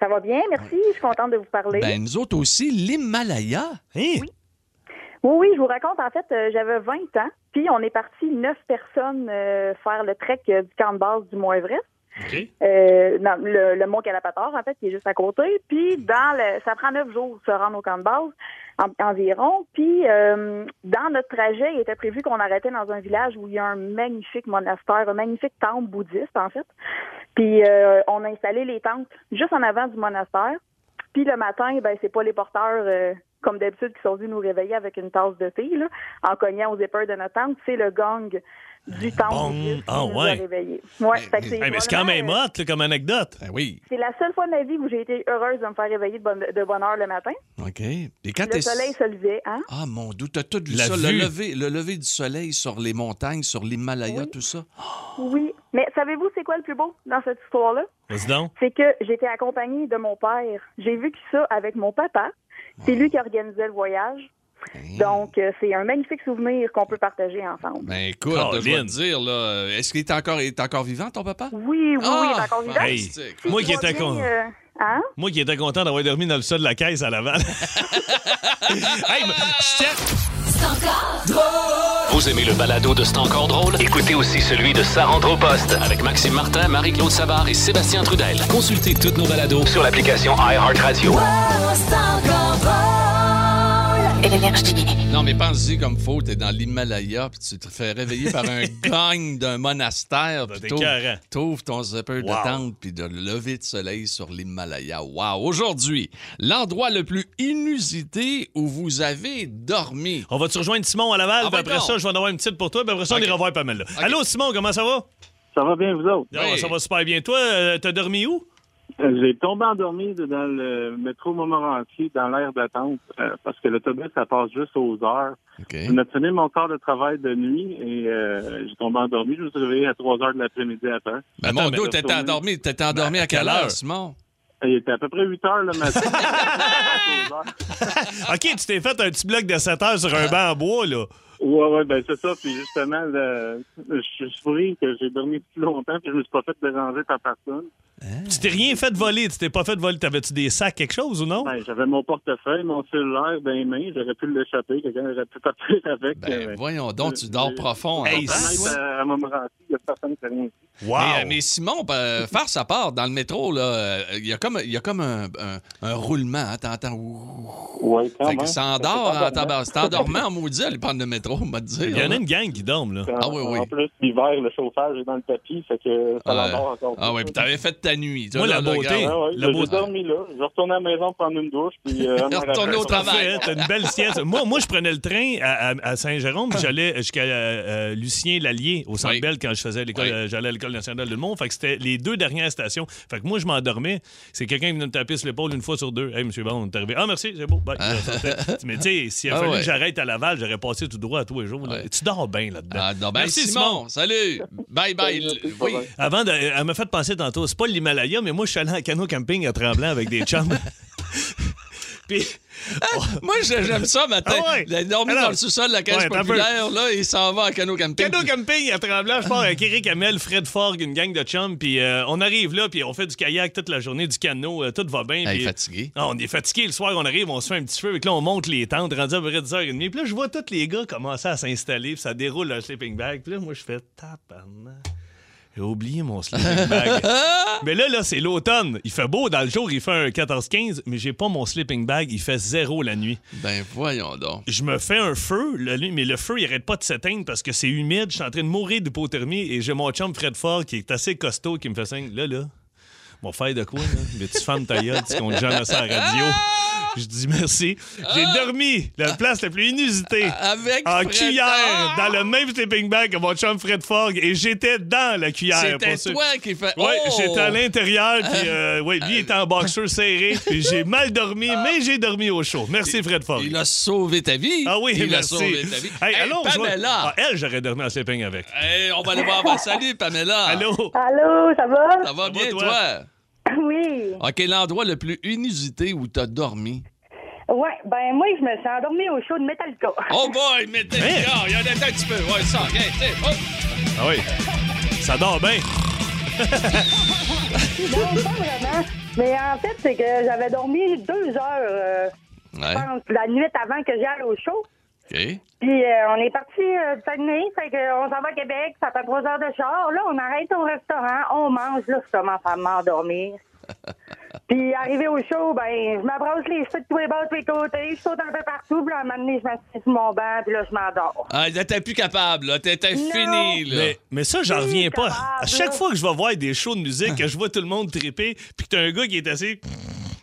[SPEAKER 6] Ça va bien, merci. Je suis contente de vous parler.
[SPEAKER 2] Ben, nous autres aussi, l'Himalaya.
[SPEAKER 3] hein?
[SPEAKER 6] Oui, oui, je vous raconte. En fait, euh, j'avais 20 ans, puis on est parti neuf personnes euh, faire le trek euh, du camp de base du Mont Everest.
[SPEAKER 3] OK.
[SPEAKER 6] Euh, dans le, le mont Calapator, en fait, qui est juste à côté. Puis, dans le, ça prend neuf jours de se rendre au camp de base en- environ. Puis, euh, dans notre trajet, il était prévu qu'on arrêtait dans un village où il y a un magnifique monastère, un magnifique temple bouddhiste, en fait. Puis, euh, on a installé les tentes juste en avant du monastère. Puis, le matin, ben, c'est pas les porteurs. euh, comme d'habitude, qui sont venus nous réveiller avec une tasse de thé, là, en cognant aux épaules de notre tente, c'est le gong du temple
[SPEAKER 3] Bon,
[SPEAKER 6] bouddhiste qui
[SPEAKER 3] ah
[SPEAKER 6] nous a
[SPEAKER 3] ouais.
[SPEAKER 6] réveillés. Ouais, fait que
[SPEAKER 2] Eh,
[SPEAKER 3] Hey, mais c'est quand
[SPEAKER 6] vraiment,
[SPEAKER 3] même
[SPEAKER 6] euh,
[SPEAKER 3] hot là, comme anecdote.
[SPEAKER 2] Ben oui.
[SPEAKER 6] c'est la seule fois de ma vie où j'ai été heureuse de me faire réveiller de bonne, de bonne heure le matin.
[SPEAKER 2] OK. Et
[SPEAKER 3] Ah,
[SPEAKER 2] quand
[SPEAKER 6] Le
[SPEAKER 2] t'es-
[SPEAKER 6] soleil se levait, hein?
[SPEAKER 2] Ah, mon Dieu, t'as tout vu
[SPEAKER 3] La
[SPEAKER 2] ça.
[SPEAKER 3] vue.
[SPEAKER 2] Le, lever, le lever du soleil sur les montagnes, sur l'Himalaya, tout ça.
[SPEAKER 6] Oui. Mais savez-vous c'est quoi le plus beau dans cette histoire-là?
[SPEAKER 3] Vas-y donc.
[SPEAKER 6] C'est que j'étais accompagnée de mon père. J'ai vécu ça avec mon papa. C'est lui qui organisait le voyage. Donc, euh, c'est un magnifique souvenir qu'on peut partager ensemble.
[SPEAKER 2] Ben écoute,
[SPEAKER 3] Colin.
[SPEAKER 2] je vais te dire, là, est-ce qu'il est encore, il est encore vivant, ton papa? Ah,
[SPEAKER 6] Oui, oui, oui, il est encore vivant.
[SPEAKER 3] Ah! hey, moi qui
[SPEAKER 6] Tout va
[SPEAKER 3] étais con-
[SPEAKER 6] bien, euh, hein?
[SPEAKER 3] Moi qui étais content d'avoir dormi dans le sol de la caisse à l'avant. hey, mais je tiens-
[SPEAKER 1] Vous aimez le balado de C'est encore drôle? Écoutez aussi celui de Sa rentre au poste avec Maxime Martin, Marie-Claude Savard et Sébastien Trudel. Consultez tous nos balados sur l'application iHeartRadio.
[SPEAKER 2] Non, mais pense-y comme faut, t'es dans l'Himalaya, puis tu te fais réveiller par un gang d'un monastère, puis
[SPEAKER 3] t'es
[SPEAKER 2] t'ouvres
[SPEAKER 3] écœurant.
[SPEAKER 2] t'ouvres ton zipper de
[SPEAKER 3] Wow.
[SPEAKER 2] tente, puis de lever de soleil sur l'Himalaya. Wow! Aujourd'hui, l'endroit le plus inusité où vous avez dormi.
[SPEAKER 3] On va-tu rejoindre Simon à Laval?
[SPEAKER 2] Ah,
[SPEAKER 3] puis
[SPEAKER 2] ben
[SPEAKER 3] après
[SPEAKER 2] non.
[SPEAKER 3] ça, je vais en avoir une petite pour toi. Puis après ça,
[SPEAKER 2] Ok.
[SPEAKER 3] on ira voir Pamela. Allô, Simon, comment ça va?
[SPEAKER 7] Ça va bien, vous autres?
[SPEAKER 3] Ah,
[SPEAKER 2] Oui.
[SPEAKER 3] Ça va super bien. Toi, euh, t'as dormi où?
[SPEAKER 7] Euh, J'ai tombé endormi de- dans le métro Montmorency, dans l'air d'attente, euh, parce que l'autobus, ça passe juste aux heures.
[SPEAKER 2] OK.
[SPEAKER 7] Je me tenais mon corps de travail de nuit et euh, j'ai tombé endormi. Je me suis réveillé à 3 heures de l'après-midi après.
[SPEAKER 2] Ben,
[SPEAKER 3] Attends,
[SPEAKER 2] mon
[SPEAKER 3] mais
[SPEAKER 2] dos,
[SPEAKER 7] t'as
[SPEAKER 2] t'étais
[SPEAKER 7] retourné.
[SPEAKER 2] endormi, t'étais endormi à quelle heure, Simon?
[SPEAKER 7] Il était à peu près 8 heures le matin.
[SPEAKER 2] Ah.
[SPEAKER 3] OK, tu t'es fait un petit bloc de 7 heures sur un banc en bois, là.
[SPEAKER 8] Ouais, ouais, ben c'est ça. Puis justement, le- je suis surpris que j'ai dormi plus longtemps puis je me suis pas fait déranger par personne.
[SPEAKER 3] Tu t'es rien fait voler, tu t'es pas fait voler. T'avais-tu des sacs, quelque chose ou non?
[SPEAKER 8] Ben, j'avais mon portefeuille, mon cellulaire dans les mains. J'aurais pu l'échapper. Quelqu'un aurait pu partir avec.
[SPEAKER 2] Ben,
[SPEAKER 8] euh,
[SPEAKER 2] voyons donc, tu dors
[SPEAKER 8] euh,
[SPEAKER 2] profond.
[SPEAKER 3] Hey,
[SPEAKER 2] hein?
[SPEAKER 8] Même, euh, à Montmorency, il y a personne qui a rien dit.
[SPEAKER 3] Wow!
[SPEAKER 2] Mais, euh, mais Simon, ben, faire sa part dans le métro, là, euh, il y a comme, il y a comme un, un- un roulement. Hein, T'entends. ouh.
[SPEAKER 8] Ouais, quand
[SPEAKER 2] Fait que
[SPEAKER 8] même.
[SPEAKER 2] ça endort en
[SPEAKER 8] C'est pas
[SPEAKER 2] tabac. C'est endormant, en maudit, à aller prendre le métro, on va te dire.
[SPEAKER 3] Il y en a
[SPEAKER 2] là.
[SPEAKER 3] une gang qui dorment, là.
[SPEAKER 8] En-
[SPEAKER 2] Ah oui, oui.
[SPEAKER 8] En plus, l'hiver, le chauffage est dans le tapis, fait que ça
[SPEAKER 2] Ouais.
[SPEAKER 8] l'endort encore
[SPEAKER 2] Ah oui, puis t'avais fait ta nuit.
[SPEAKER 3] Moi,
[SPEAKER 2] Là,
[SPEAKER 3] la
[SPEAKER 2] là,
[SPEAKER 3] beauté.
[SPEAKER 2] regarde.
[SPEAKER 8] Ouais,
[SPEAKER 7] Ah
[SPEAKER 8] ouais,
[SPEAKER 3] La
[SPEAKER 8] j'ai
[SPEAKER 3] beauté.
[SPEAKER 8] dormi là. Je retourné à la maison prendre une douche, puis... Euh, me
[SPEAKER 2] Retourner
[SPEAKER 8] rappeler.
[SPEAKER 2] au travail.
[SPEAKER 3] Parfait, t'as une belle sieste. Moi, moi, je prenais le train à, à- à Saint-Jérôme, puis j'allais jusqu'à euh, euh, Lucien Lallier au Centre
[SPEAKER 2] Oui.
[SPEAKER 3] Bell quand je faisais l'école,
[SPEAKER 2] Oui.
[SPEAKER 3] euh, j'allais à l'école nationale de Mont. Fait que c'était les deux dernières stations. Fait que moi, je m'endormais. C'est quelqu'un qui venait me taper sur l'épaule une fois sur deux. Hey, monsieur Bond, t'es arrivé. Ah, merci, c'est beau. Bye. Je sortais. Mais tu sais, s'il a
[SPEAKER 2] Ah
[SPEAKER 3] fallu
[SPEAKER 2] ouais.
[SPEAKER 3] que j'arrête à Laval, j'aurais passé tout droit à tous les jours. là.
[SPEAKER 2] Ouais.
[SPEAKER 3] Tu dors bien là-dedans.
[SPEAKER 2] Ah, non, ben,
[SPEAKER 3] Merci, Simon.
[SPEAKER 2] Simon, salut. Bye bye.
[SPEAKER 8] Salut,
[SPEAKER 2] Oui.
[SPEAKER 8] bye-bye.
[SPEAKER 3] Avant, de, euh, elle m'a fait penser tantôt, c'est pas l'Himalaya, mais moi, je suis allé en canot camping à Tremblant avec des chums. Puis,
[SPEAKER 2] Ah, Moi, j'ai- j'aime ça, matin.
[SPEAKER 3] Ah ouais?
[SPEAKER 2] Il a dormi
[SPEAKER 3] Alors-
[SPEAKER 2] dans le sous-sol de la case
[SPEAKER 3] Ouais, t'as
[SPEAKER 2] populaire, là, il s'en va à canot camping.
[SPEAKER 3] canot camping à Tremblant, je pars avec Eric Hamel, Fred Forg, une gang de chums, puis euh, on arrive là, puis on fait du kayak toute la journée, du canot, euh, tout va bien.
[SPEAKER 2] Ah, il est
[SPEAKER 3] puis-
[SPEAKER 2] fatigué.
[SPEAKER 3] Ah, on est fatigué, le soir, on arrive, on se fait un petit feu, et là, on monte les tentes, rendu à peu près 10h30. Puis là, je vois tous les gars commencer à s'installer, puis ça déroule leur sleeping bag. Puis là, moi, je fais tabarnak. J'ai oublié mon sleeping bag. mais là, là, c'est l'automne. Il fait beau dans le jour, il fait un 14-15, mais j'ai pas mon sleeping bag, il fait zéro la nuit.
[SPEAKER 2] Ben, voyons donc.
[SPEAKER 3] Je me fais un feu, la nuit, mais le feu, il arrête pas de s'éteindre parce que c'est humide. Je suis en train de mourir d'hypothermie et j'ai mon chum Fred Ford qui est assez costaud qui me fait signe. Là, là, mon faire de quoi, là? Mais tu fermes ta gueule, tu comptes jamais ça à la radio. Je dis merci. J'ai dormi la place la plus inusitée.
[SPEAKER 2] Avec
[SPEAKER 3] En
[SPEAKER 2] Fred-
[SPEAKER 3] cuillère,
[SPEAKER 2] Ah! Ah!
[SPEAKER 3] dans le même sleeping bag que mon chum Fred Fogg, et j'étais dans la cuillère.
[SPEAKER 2] C'était
[SPEAKER 3] pour ceux-
[SPEAKER 2] toi qui fait.
[SPEAKER 3] oui,
[SPEAKER 2] Oh! Ah,
[SPEAKER 3] j'étais à l'intérieur, puis euh, ouais, lui était en boxeur serré, puis j'ai mal dormi, mais j'ai dormi au chaud. Merci Fred Fogg.
[SPEAKER 2] Il a sauvé ta vie.
[SPEAKER 3] Ah oui,
[SPEAKER 2] il
[SPEAKER 3] merci.
[SPEAKER 2] a sauvé ta vie.
[SPEAKER 3] Hey, allons, je vois-
[SPEAKER 2] Pamela.
[SPEAKER 3] Ah, elle, j'aurais dormi en sleeping avec.
[SPEAKER 2] Hey, on va aller voir. Ben, salut, Pamela.
[SPEAKER 3] Allô?
[SPEAKER 9] Allô, ça va?
[SPEAKER 2] Ça va
[SPEAKER 3] Ça va,
[SPEAKER 2] bien,
[SPEAKER 3] toi?
[SPEAKER 2] toi?
[SPEAKER 9] Oui.
[SPEAKER 2] OK, l'endroit le plus inusité où t'as dormi.
[SPEAKER 9] Ouais, ben moi, je me suis endormie au show de Metallica.
[SPEAKER 2] Oh boy, mais t'es
[SPEAKER 3] Hein?
[SPEAKER 2] Ah, il y en a un petit peu. Ouais, ça, OK, t'sais, oh.
[SPEAKER 3] Ah oui. Ça dort bien.
[SPEAKER 9] Non, pas vraiment. Mais en fait, c'est que j'avais dormi deux heures, euh,
[SPEAKER 2] Ouais,
[SPEAKER 9] je pense, la nuit avant que j'aille au show.
[SPEAKER 2] OK.
[SPEAKER 9] Puis euh, on est parti euh, de Saguenay, fait qu'on s'en va à Québec, ça fait trois heures de char. Là, on arrête au restaurant, on mange, là, je commence à m'endormir. Puis arrivé au show, ben, je m'abrasse les cheveux de tous les bords, de tous les côtés, je saute un peu partout, puis là, à un moment donné, je m'assieds sur mon banc, puis là, je m'endors.
[SPEAKER 2] Ah, là, t'es plus capable, là. T'es t'es
[SPEAKER 9] Non.
[SPEAKER 2] fini, là.
[SPEAKER 3] Mais, mais ça, j'en
[SPEAKER 9] Oui,
[SPEAKER 3] reviens pas. À
[SPEAKER 9] capable.
[SPEAKER 3] chaque fois que je vais voir des shows de musique, que je vois tout le monde triper, puis que t'as un gars qui est assez.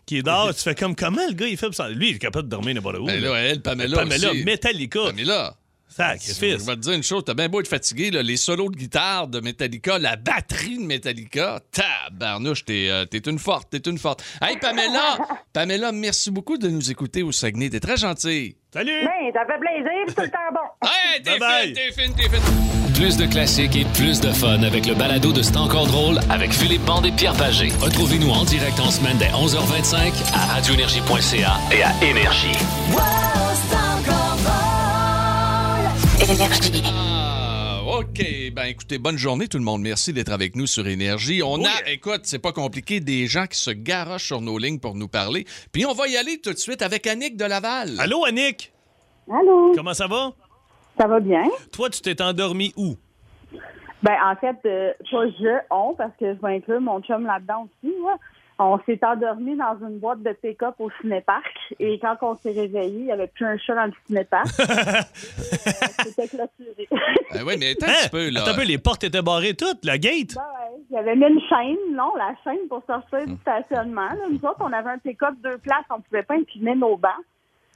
[SPEAKER 3] qui est dehors, tu fais comme comment le gars, il fait. pour ça? Lui, il est capable de dormir n'importe où.
[SPEAKER 2] Ben là, elle, Pamela
[SPEAKER 3] Pamela,
[SPEAKER 2] aussi.
[SPEAKER 3] Metallica.
[SPEAKER 2] Pamela. Je
[SPEAKER 3] Sacrifice.
[SPEAKER 2] vais te dire une chose, t'as bien beau être fatigué, là, les solos de guitare de Metallica, la batterie de Metallica, tabarnouche, t'es euh, t'es une forte, t'es une forte. Hey Pamela, Pamela, merci beaucoup de nous écouter au Saguenay, t'es très gentille.
[SPEAKER 3] Salut!
[SPEAKER 9] Ben, ça fait plaisir, puis tout le temps bon.
[SPEAKER 2] Hey, t'es
[SPEAKER 3] Bye-bye.
[SPEAKER 2] fine, t'es fine, t'es fine. Plus de classiques et plus de fun avec le balado de C'est encore drôle avec Philippe Bande et Pierre Pagé. Retrouvez-nous en direct en semaine dès 11h25 à radioénergie.ca et à Énergie.
[SPEAKER 10] Énergie.
[SPEAKER 2] Ah, OK. Ben, écoutez, bonne journée tout le monde. Merci d'être avec nous sur Énergie. On a, écoute, c'est pas compliqué, des gens qui se garochent sur nos lignes pour nous parler. Puis on va y aller tout de suite avec Annick de Laval.
[SPEAKER 3] Allô, Annick?
[SPEAKER 6] Allô,
[SPEAKER 3] Comment ça va?
[SPEAKER 6] ça va bien?
[SPEAKER 3] Toi, tu t'es endormi où?
[SPEAKER 6] Ben, en fait, euh, pas je, on, parce que je vais inclure mon chum là-dedans aussi. là. On s'est endormi dans une boîte de pick-up au cinéparc et quand on s'est réveillé, il n'y avait plus un chat dans le cinéparc. Euh, C'était clôturé.
[SPEAKER 2] Ah oui, mais attends
[SPEAKER 3] Hein?
[SPEAKER 2] un petit peu, là.
[SPEAKER 3] Attends un peu, les portes étaient barrées toutes, la gate?
[SPEAKER 6] Ben ouais, il y avait mis une chaîne, non, la chaîne pour sortir du stationnement. là. Nous autres, on avait un pick-up deux places, on ne pouvait pas incliner nos bancs.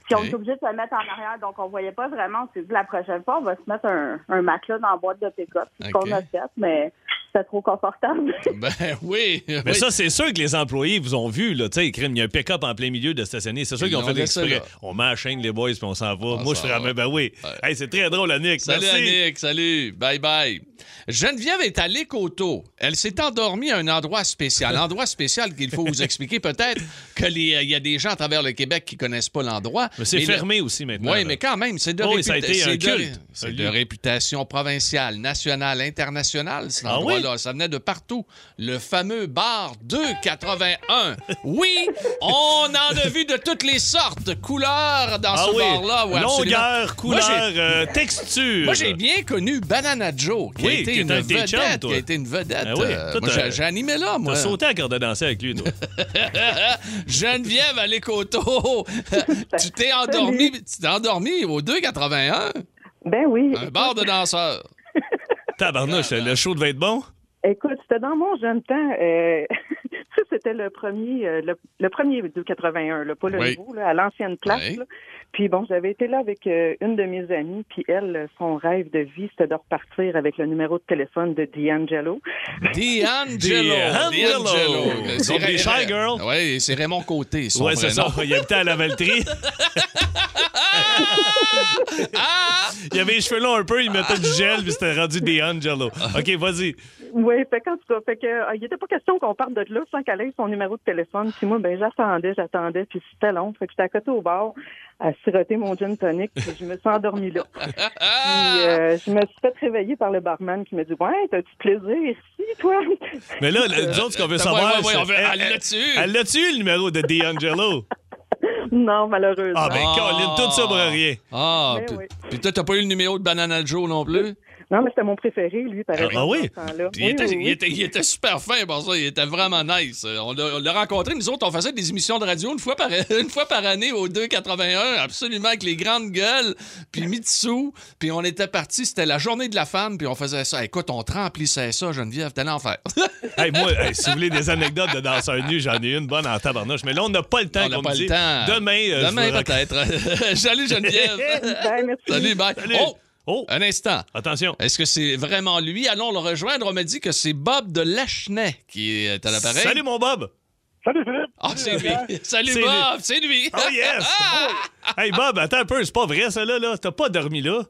[SPEAKER 6] Puis on
[SPEAKER 2] Ok.
[SPEAKER 6] était obligé de se mettre en arrière, donc on voyait pas vraiment. On s'est dit la prochaine fois, on va se mettre un, un matelas dans la boîte de pick-up. C'est ce
[SPEAKER 2] Ok.
[SPEAKER 6] qu'on a fait, mais c'était trop confortable.
[SPEAKER 2] Ben oui.
[SPEAKER 3] Mais
[SPEAKER 2] oui.
[SPEAKER 3] ça, c'est sûr que les employés vous ont vu, là. Tu sais, crime, il y a un pick-up en plein milieu de stationner. C'est sûr
[SPEAKER 2] Ils
[SPEAKER 3] qu'ils ont
[SPEAKER 2] l'ont
[SPEAKER 3] fait
[SPEAKER 2] laissé
[SPEAKER 3] exprès.
[SPEAKER 2] là.
[SPEAKER 3] On met la chaîne, les boys, puis on s'en va.
[SPEAKER 2] On
[SPEAKER 3] Moi, je
[SPEAKER 2] s'en
[SPEAKER 3] serais.
[SPEAKER 2] va.
[SPEAKER 3] Ben oui.
[SPEAKER 2] Ouais.
[SPEAKER 3] Hey, c'est très drôle, Annick.
[SPEAKER 2] Salut
[SPEAKER 3] Merci.
[SPEAKER 2] Annick, salut. Bye bye. Geneviève est allée coteau. Elle s'est endormie à un endroit spécial. Endroit spécial qu'il faut vous expliquer peut-être que les- euh, il y a des gens à travers le Québec qui connaissent pas l'endroit.
[SPEAKER 3] Mais c'est
[SPEAKER 2] le-
[SPEAKER 3] fermé aussi maintenant.
[SPEAKER 2] Oui,
[SPEAKER 3] là.
[SPEAKER 2] mais quand même, c'est de,
[SPEAKER 3] Oh, et ça a
[SPEAKER 2] réputa-
[SPEAKER 3] été un
[SPEAKER 2] c'est de-
[SPEAKER 3] culte,
[SPEAKER 2] c'est
[SPEAKER 3] un
[SPEAKER 2] de
[SPEAKER 3] lieu.
[SPEAKER 2] réputation provinciale, nationale, internationale, cet
[SPEAKER 3] Ah
[SPEAKER 2] endroit-là. Ça venait de partout. Le fameux bar 281. Oui, on en a vu de toutes les sortes, couleurs dans
[SPEAKER 3] Ah
[SPEAKER 2] ce
[SPEAKER 3] oui.
[SPEAKER 2] bar-là. ouais, absolument.
[SPEAKER 3] Longueur,
[SPEAKER 2] Moi, j'ai-
[SPEAKER 3] couleur, euh, texture.
[SPEAKER 2] moi, j'ai bien connu Banana Joe, qui,
[SPEAKER 3] Oui,
[SPEAKER 2] a, été
[SPEAKER 3] qui est
[SPEAKER 2] une
[SPEAKER 3] un de tes
[SPEAKER 2] vedette,
[SPEAKER 3] chums, toi.
[SPEAKER 2] qui a été une vedette.
[SPEAKER 3] Ah oui,
[SPEAKER 2] Euh,
[SPEAKER 3] toi,
[SPEAKER 2] moi,
[SPEAKER 3] t'as-
[SPEAKER 2] j'ai- j'ai animé là,
[SPEAKER 3] T'as
[SPEAKER 2] moi.
[SPEAKER 3] sauté à corde à danser avec lui, toi.
[SPEAKER 2] Geneviève à l'écoto. tu t'es endormi, tu t'es endormi au 281,
[SPEAKER 11] Ben oui.
[SPEAKER 2] un bar de danseurs.
[SPEAKER 3] Tabarnouche, le show devait être bon.
[SPEAKER 11] Écoute, c'était dans mon jeune temps. euh, ça, c'était le premier, euh, le, le premier du 81, là, pas le
[SPEAKER 2] Oui.
[SPEAKER 11] nouveau, là, à l'ancienne place.
[SPEAKER 2] Oui.
[SPEAKER 11] là. Puis bon, j'avais été là avec euh, une de mes amies, puis elle, euh, son rêve de vie, c'était de repartir avec le numéro de téléphone de D'Angelo.
[SPEAKER 2] D'Angelo.
[SPEAKER 3] D'Angelo.
[SPEAKER 2] C'est
[SPEAKER 3] Donc,
[SPEAKER 2] Ray-
[SPEAKER 3] les Shy Girls.
[SPEAKER 2] Oui, c'est Raymond Côté, son
[SPEAKER 3] Ouais,
[SPEAKER 2] vrai
[SPEAKER 3] c'est ça.
[SPEAKER 2] nom.
[SPEAKER 3] Il habitait à la Valtrie.
[SPEAKER 2] Ah!
[SPEAKER 3] Il avait les cheveux longs un peu, il mettait du gel, puis c'était rendu D'Angelo. OK, vas-y.
[SPEAKER 11] Oui, fait qu'en tout cas, fait que, euh, il n'était pas question qu'on parte de là sans qu'elle ait son numéro de téléphone. Puis moi, ben j'attendais, j'attendais, puis c'était long. Fait que j'étais à côté au bar à siroter mon gin tonic, puis je me suis endormie là.
[SPEAKER 2] Ah!
[SPEAKER 11] Puis euh, je me suis fait réveiller par le barman qui m'a dit Ouais, t'as du plaisir ici, toi?
[SPEAKER 3] Mais là, le- nous autres, ce qu'on veut
[SPEAKER 2] Ouais,
[SPEAKER 3] savoir.
[SPEAKER 2] ouais, ouais, on veut-
[SPEAKER 3] c'est- Eh,
[SPEAKER 2] elle l'a-tu eu?
[SPEAKER 3] Elle l'a-tu eu, le numéro de D'Angelo?
[SPEAKER 11] non, malheureusement.
[SPEAKER 3] Ah, ben,
[SPEAKER 2] Ah.
[SPEAKER 3] Colin, tout ça pour rien.
[SPEAKER 2] Ah,
[SPEAKER 11] Ben
[SPEAKER 2] puis-
[SPEAKER 11] oui.
[SPEAKER 2] puis toi, t'as pas eu le numéro de Banana Joe non plus?
[SPEAKER 11] Non, mais c'était mon préféré, lui, par
[SPEAKER 3] Ah,
[SPEAKER 11] exemple.
[SPEAKER 3] ah oui?
[SPEAKER 11] dans ce temps-là.
[SPEAKER 2] Puis
[SPEAKER 11] Oui,
[SPEAKER 2] il, était,
[SPEAKER 11] oui, oui.
[SPEAKER 2] il était- il était super fin pour ça, il était vraiment nice. Euh, On l'a on l'a rencontré, nous autres, on faisait des émissions de radio une fois par, une fois par année au 281, absolument avec les grandes gueules, puis Mitsu, puis on était partis, c'était la journée de la femme, puis on faisait ça. Écoute, on te remplissait ça, Geneviève, t'allais en faire.
[SPEAKER 3] Hey, moi, hey, si vous voulez des anecdotes de danseurs nus, j'en ai une bonne en tabarnouche. Mais là, on n'a pas le temps
[SPEAKER 2] on n'a
[SPEAKER 3] qu'on
[SPEAKER 2] pas
[SPEAKER 3] me
[SPEAKER 2] le
[SPEAKER 3] dise.
[SPEAKER 2] temps.
[SPEAKER 3] Demain, euh, je
[SPEAKER 2] Demain
[SPEAKER 3] vous raconte-
[SPEAKER 2] peut-être. Salut Geneviève.
[SPEAKER 11] Ben, merci.
[SPEAKER 2] Salut, bye.
[SPEAKER 3] Salut.
[SPEAKER 2] Oh,
[SPEAKER 3] Oh,
[SPEAKER 2] un instant.
[SPEAKER 3] attention.
[SPEAKER 2] Est-ce que c'est vraiment lui? Allons le rejoindre. On me dit que c'est Bob de Lachenay qui est à l'appareil.
[SPEAKER 3] Salut, mon Bob.
[SPEAKER 7] Salut Philippe!
[SPEAKER 2] Ah, c'est lui. Salut
[SPEAKER 3] C'est
[SPEAKER 2] Bob, c'est lui.
[SPEAKER 3] Oh, yes. Oh! Hey, Bob, attends un peu. C'est pas vrai, ça, là. là. T'as pas dormi là.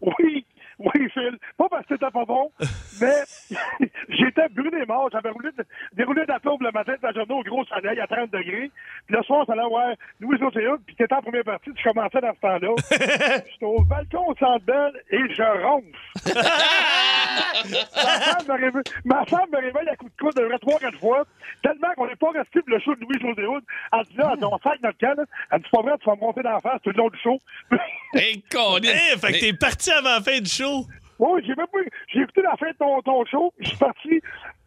[SPEAKER 7] Oui, oui, Phil. Pas parce que c'était pas bon, mais j'étais brûlé mort. J'avais roulé de- déroulé de la tourbe le matin de la journée au gros soleil à 30 degrés. Puis le soir, j'allais voir Louis Océan, puis t'étais en première partie, tu commençais dans ce temps-là. J'étais au balcon au centre Bell et je ronfle. ma, femme me réveille, ma femme me réveille à coups de coude de vrai trois, quatre fois, tellement qu'on n'est pas resté pour le show de Louis José Hood. Elle dit là, on sac notre canne. Elle dit, c'est pas vrai, tu vas me monter d'en face tout le long du show.
[SPEAKER 2] Hey, Colin.
[SPEAKER 3] Hey, Hein? Eh, fait que t'es parti avant la fin du show.
[SPEAKER 7] Oui, j'ai même pas. J'ai écouté la fin de ton, ton show, je suis parti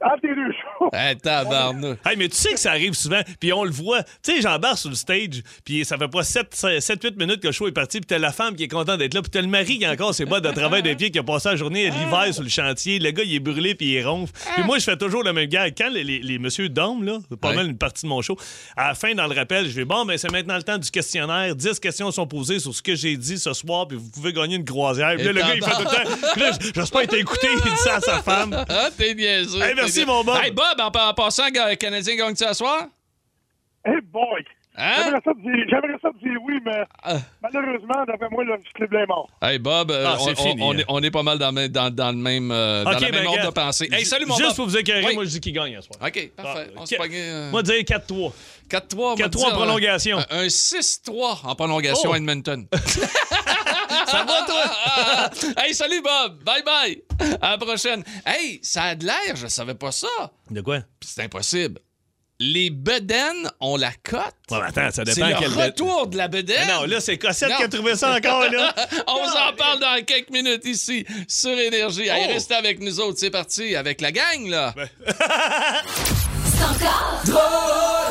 [SPEAKER 7] entre les deux shows.
[SPEAKER 2] Hey, tabarnou.
[SPEAKER 3] Hey, mais tu sais que ça arrive souvent, puis on le voit. Tu sais, j'embarque sur le stage, puis ça fait pas 7-8 minutes que le show est parti, puis t'as la femme qui est contente d'être là, puis t'as le mari qui a encore ses bottes de travail de pied, qui a passé la journée à l'hiver sur le chantier. Le gars, il est brûlé, puis il ronfle. Puis moi, je fais toujours le même gars. Quand les, les, les messieurs dorment, là, c'est pas
[SPEAKER 2] Ouais.
[SPEAKER 3] mal une partie de mon show, à la fin, dans le rappel, je vais bon, ben c'est maintenant le temps du questionnaire. 10 questions sont posées sur ce que j'ai dit ce soir, puis vous pouvez gagner une croisière. Puis là,
[SPEAKER 2] Et
[SPEAKER 3] le gars, il fait tout
[SPEAKER 2] t'en-
[SPEAKER 3] le temps. Puis là, j- j'espère que t'as écouté, il dit ça à sa femme.
[SPEAKER 2] Ah, t'es niaiseux.
[SPEAKER 3] Hey, merci,
[SPEAKER 2] t'es niaiseux.
[SPEAKER 3] mon Bob.
[SPEAKER 2] Hey, Bob, en, pa- en passant, gars, Canadien gagne-tu ce soir?
[SPEAKER 7] Hey boy!
[SPEAKER 2] Hein?
[SPEAKER 7] J'aimerais ça te dire, j'aimerais ça te dire oui, mais
[SPEAKER 2] Ah.
[SPEAKER 7] malheureusement, d'après moi, le club est mort.
[SPEAKER 2] Hey, Bob, euh,
[SPEAKER 3] Ah,
[SPEAKER 2] on,
[SPEAKER 3] c'est fini,
[SPEAKER 2] on- on
[SPEAKER 3] hein.
[SPEAKER 2] est, on est pas mal dans, le- dans- dans le même, euh, dans
[SPEAKER 3] Ok,
[SPEAKER 2] la même
[SPEAKER 3] ben,
[SPEAKER 2] ordre de
[SPEAKER 3] regarde.
[SPEAKER 2] pensée. Hey,
[SPEAKER 3] Ju-
[SPEAKER 2] salut, mon
[SPEAKER 3] Juste
[SPEAKER 2] Bob.
[SPEAKER 3] pour vous écœurer,
[SPEAKER 2] Oui.
[SPEAKER 3] moi, je dis qu'il gagne ce soir.
[SPEAKER 2] OK, parfait.
[SPEAKER 3] Ah,
[SPEAKER 2] on
[SPEAKER 3] ok.
[SPEAKER 2] se pognait... euh,
[SPEAKER 3] Moi, dire 4-3.
[SPEAKER 2] 4-3.
[SPEAKER 3] 4-3 en
[SPEAKER 2] on va dire, euh,
[SPEAKER 3] prolongation.
[SPEAKER 2] Un, un 6-3 en prolongation
[SPEAKER 3] Oh.
[SPEAKER 2] à Edmonton. ça va, toi? hey, salut, Bob. Bye-bye. À la prochaine. Hey, ça a de l'air, je savais pas ça.
[SPEAKER 3] De quoi?
[SPEAKER 2] Puis c'est impossible. Les bedaines ont la cote.
[SPEAKER 3] Ouais, mais attends, ça
[SPEAKER 2] C'est
[SPEAKER 3] dépend
[SPEAKER 2] le
[SPEAKER 3] quel
[SPEAKER 2] retour de la bedaine.
[SPEAKER 3] Mais Ben Non, là, c'est Cossette
[SPEAKER 2] Non.
[SPEAKER 3] qui a trouvé ça encore, là.
[SPEAKER 2] On vous en parle dans quelques minutes ici sur Énergie. Allez,
[SPEAKER 3] Oh.
[SPEAKER 2] restez avec nous autres. C'est parti avec la gang, là.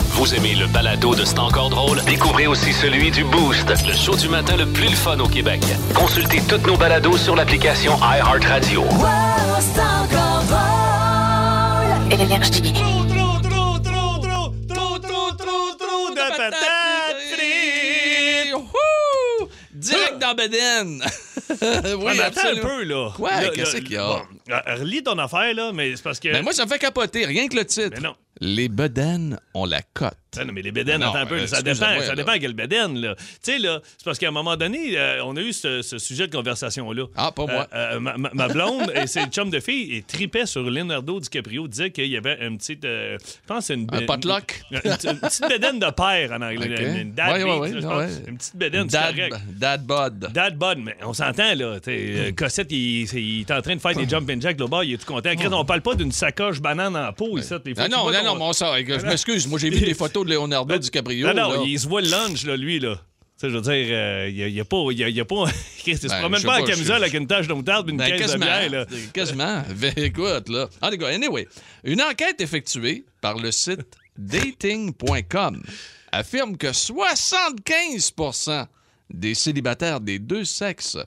[SPEAKER 1] Vous aimez le balado de C'est encore drôle? Découvrez aussi celui du Boost, le show du matin le plus le fun au Québec. Consultez toutes nos balados sur l'application iHeartRadio.
[SPEAKER 3] Trop, trop, trop, trop, trop, trop, trop, trop, trop de patates frites.
[SPEAKER 2] Wouhou! Direct dans Beden.
[SPEAKER 3] Ouais,
[SPEAKER 2] oui,
[SPEAKER 3] Ah, mais attends un
[SPEAKER 2] absolument.
[SPEAKER 3] peu, là.
[SPEAKER 2] Quoi?
[SPEAKER 3] Là,
[SPEAKER 2] Qu'est-ce
[SPEAKER 3] là,
[SPEAKER 2] qu'il y a? Ben,
[SPEAKER 3] bon, euh, relis ton affaire, là, mais c'est parce que...
[SPEAKER 2] Mais moi, ça me fait capoter, rien que le titre.
[SPEAKER 3] Mais non.
[SPEAKER 2] Les bedaines ont la cote.
[SPEAKER 3] sais, non, mais les bédaines,
[SPEAKER 2] Non,
[SPEAKER 3] attends un peu,
[SPEAKER 2] euh,
[SPEAKER 3] ça dépend,
[SPEAKER 2] excuse-moi,
[SPEAKER 3] ça
[SPEAKER 2] là.
[SPEAKER 3] dépend à quelle bédaine, là. Tu sais, là, c'est parce qu'à un moment donné, euh, on a eu ce, ce sujet de conversation-là.
[SPEAKER 2] Ah, pas moi.
[SPEAKER 3] Euh, euh, ma, ma- ma blonde et ses chums de filles et tripait sur Leonardo DiCaprio, disait qu'il y avait une petite. euh, je pense que c'est une.
[SPEAKER 2] Un
[SPEAKER 3] bé-
[SPEAKER 2] potluck?
[SPEAKER 3] Une, une petite- une petite bédaine de père en anglais.
[SPEAKER 2] Ok.
[SPEAKER 3] Une, une dad
[SPEAKER 2] Ouais, ouais,
[SPEAKER 3] beat,
[SPEAKER 2] ouais,
[SPEAKER 3] là, je pense.
[SPEAKER 2] ouais.
[SPEAKER 3] Une petite bédaine, c'est
[SPEAKER 2] Dad,
[SPEAKER 3] correct.
[SPEAKER 2] Dad Bod.
[SPEAKER 3] Dad bod, mais on s'entend, là. T'sais, euh, Cossette, il, c'est- il est en train de faire des jump and jack là-bas, il est tout content. Chris, on parle pas d'une sacoche banane en peau, ici. des fois,
[SPEAKER 2] Ah
[SPEAKER 3] tu
[SPEAKER 2] non,
[SPEAKER 3] vois
[SPEAKER 2] non,
[SPEAKER 3] ton-
[SPEAKER 2] non, mais on sort. Je m'excuse, moi j'ai vu des photos de Leonardo DiCaprio.
[SPEAKER 3] Non, non,
[SPEAKER 2] là.
[SPEAKER 3] il se voit le lunge, là, lui, là. Tu sais, je veux dire, euh, il n'y a, pas. Il y a, il y a pas Chris, il se
[SPEAKER 2] Ben,
[SPEAKER 3] promène
[SPEAKER 2] je sais
[SPEAKER 3] pas en
[SPEAKER 2] pas,
[SPEAKER 3] camisole
[SPEAKER 2] je-
[SPEAKER 3] avec une tache de moutarde puis une
[SPEAKER 2] Ben,
[SPEAKER 3] caisse de
[SPEAKER 2] quasiment.
[SPEAKER 3] bière, là.
[SPEAKER 2] Ben, Quasiment. Ben, Écoute, là. En tout cas, anyway, une enquête effectuée par le site dating.com affirme que 75 des célibataires des deux sexes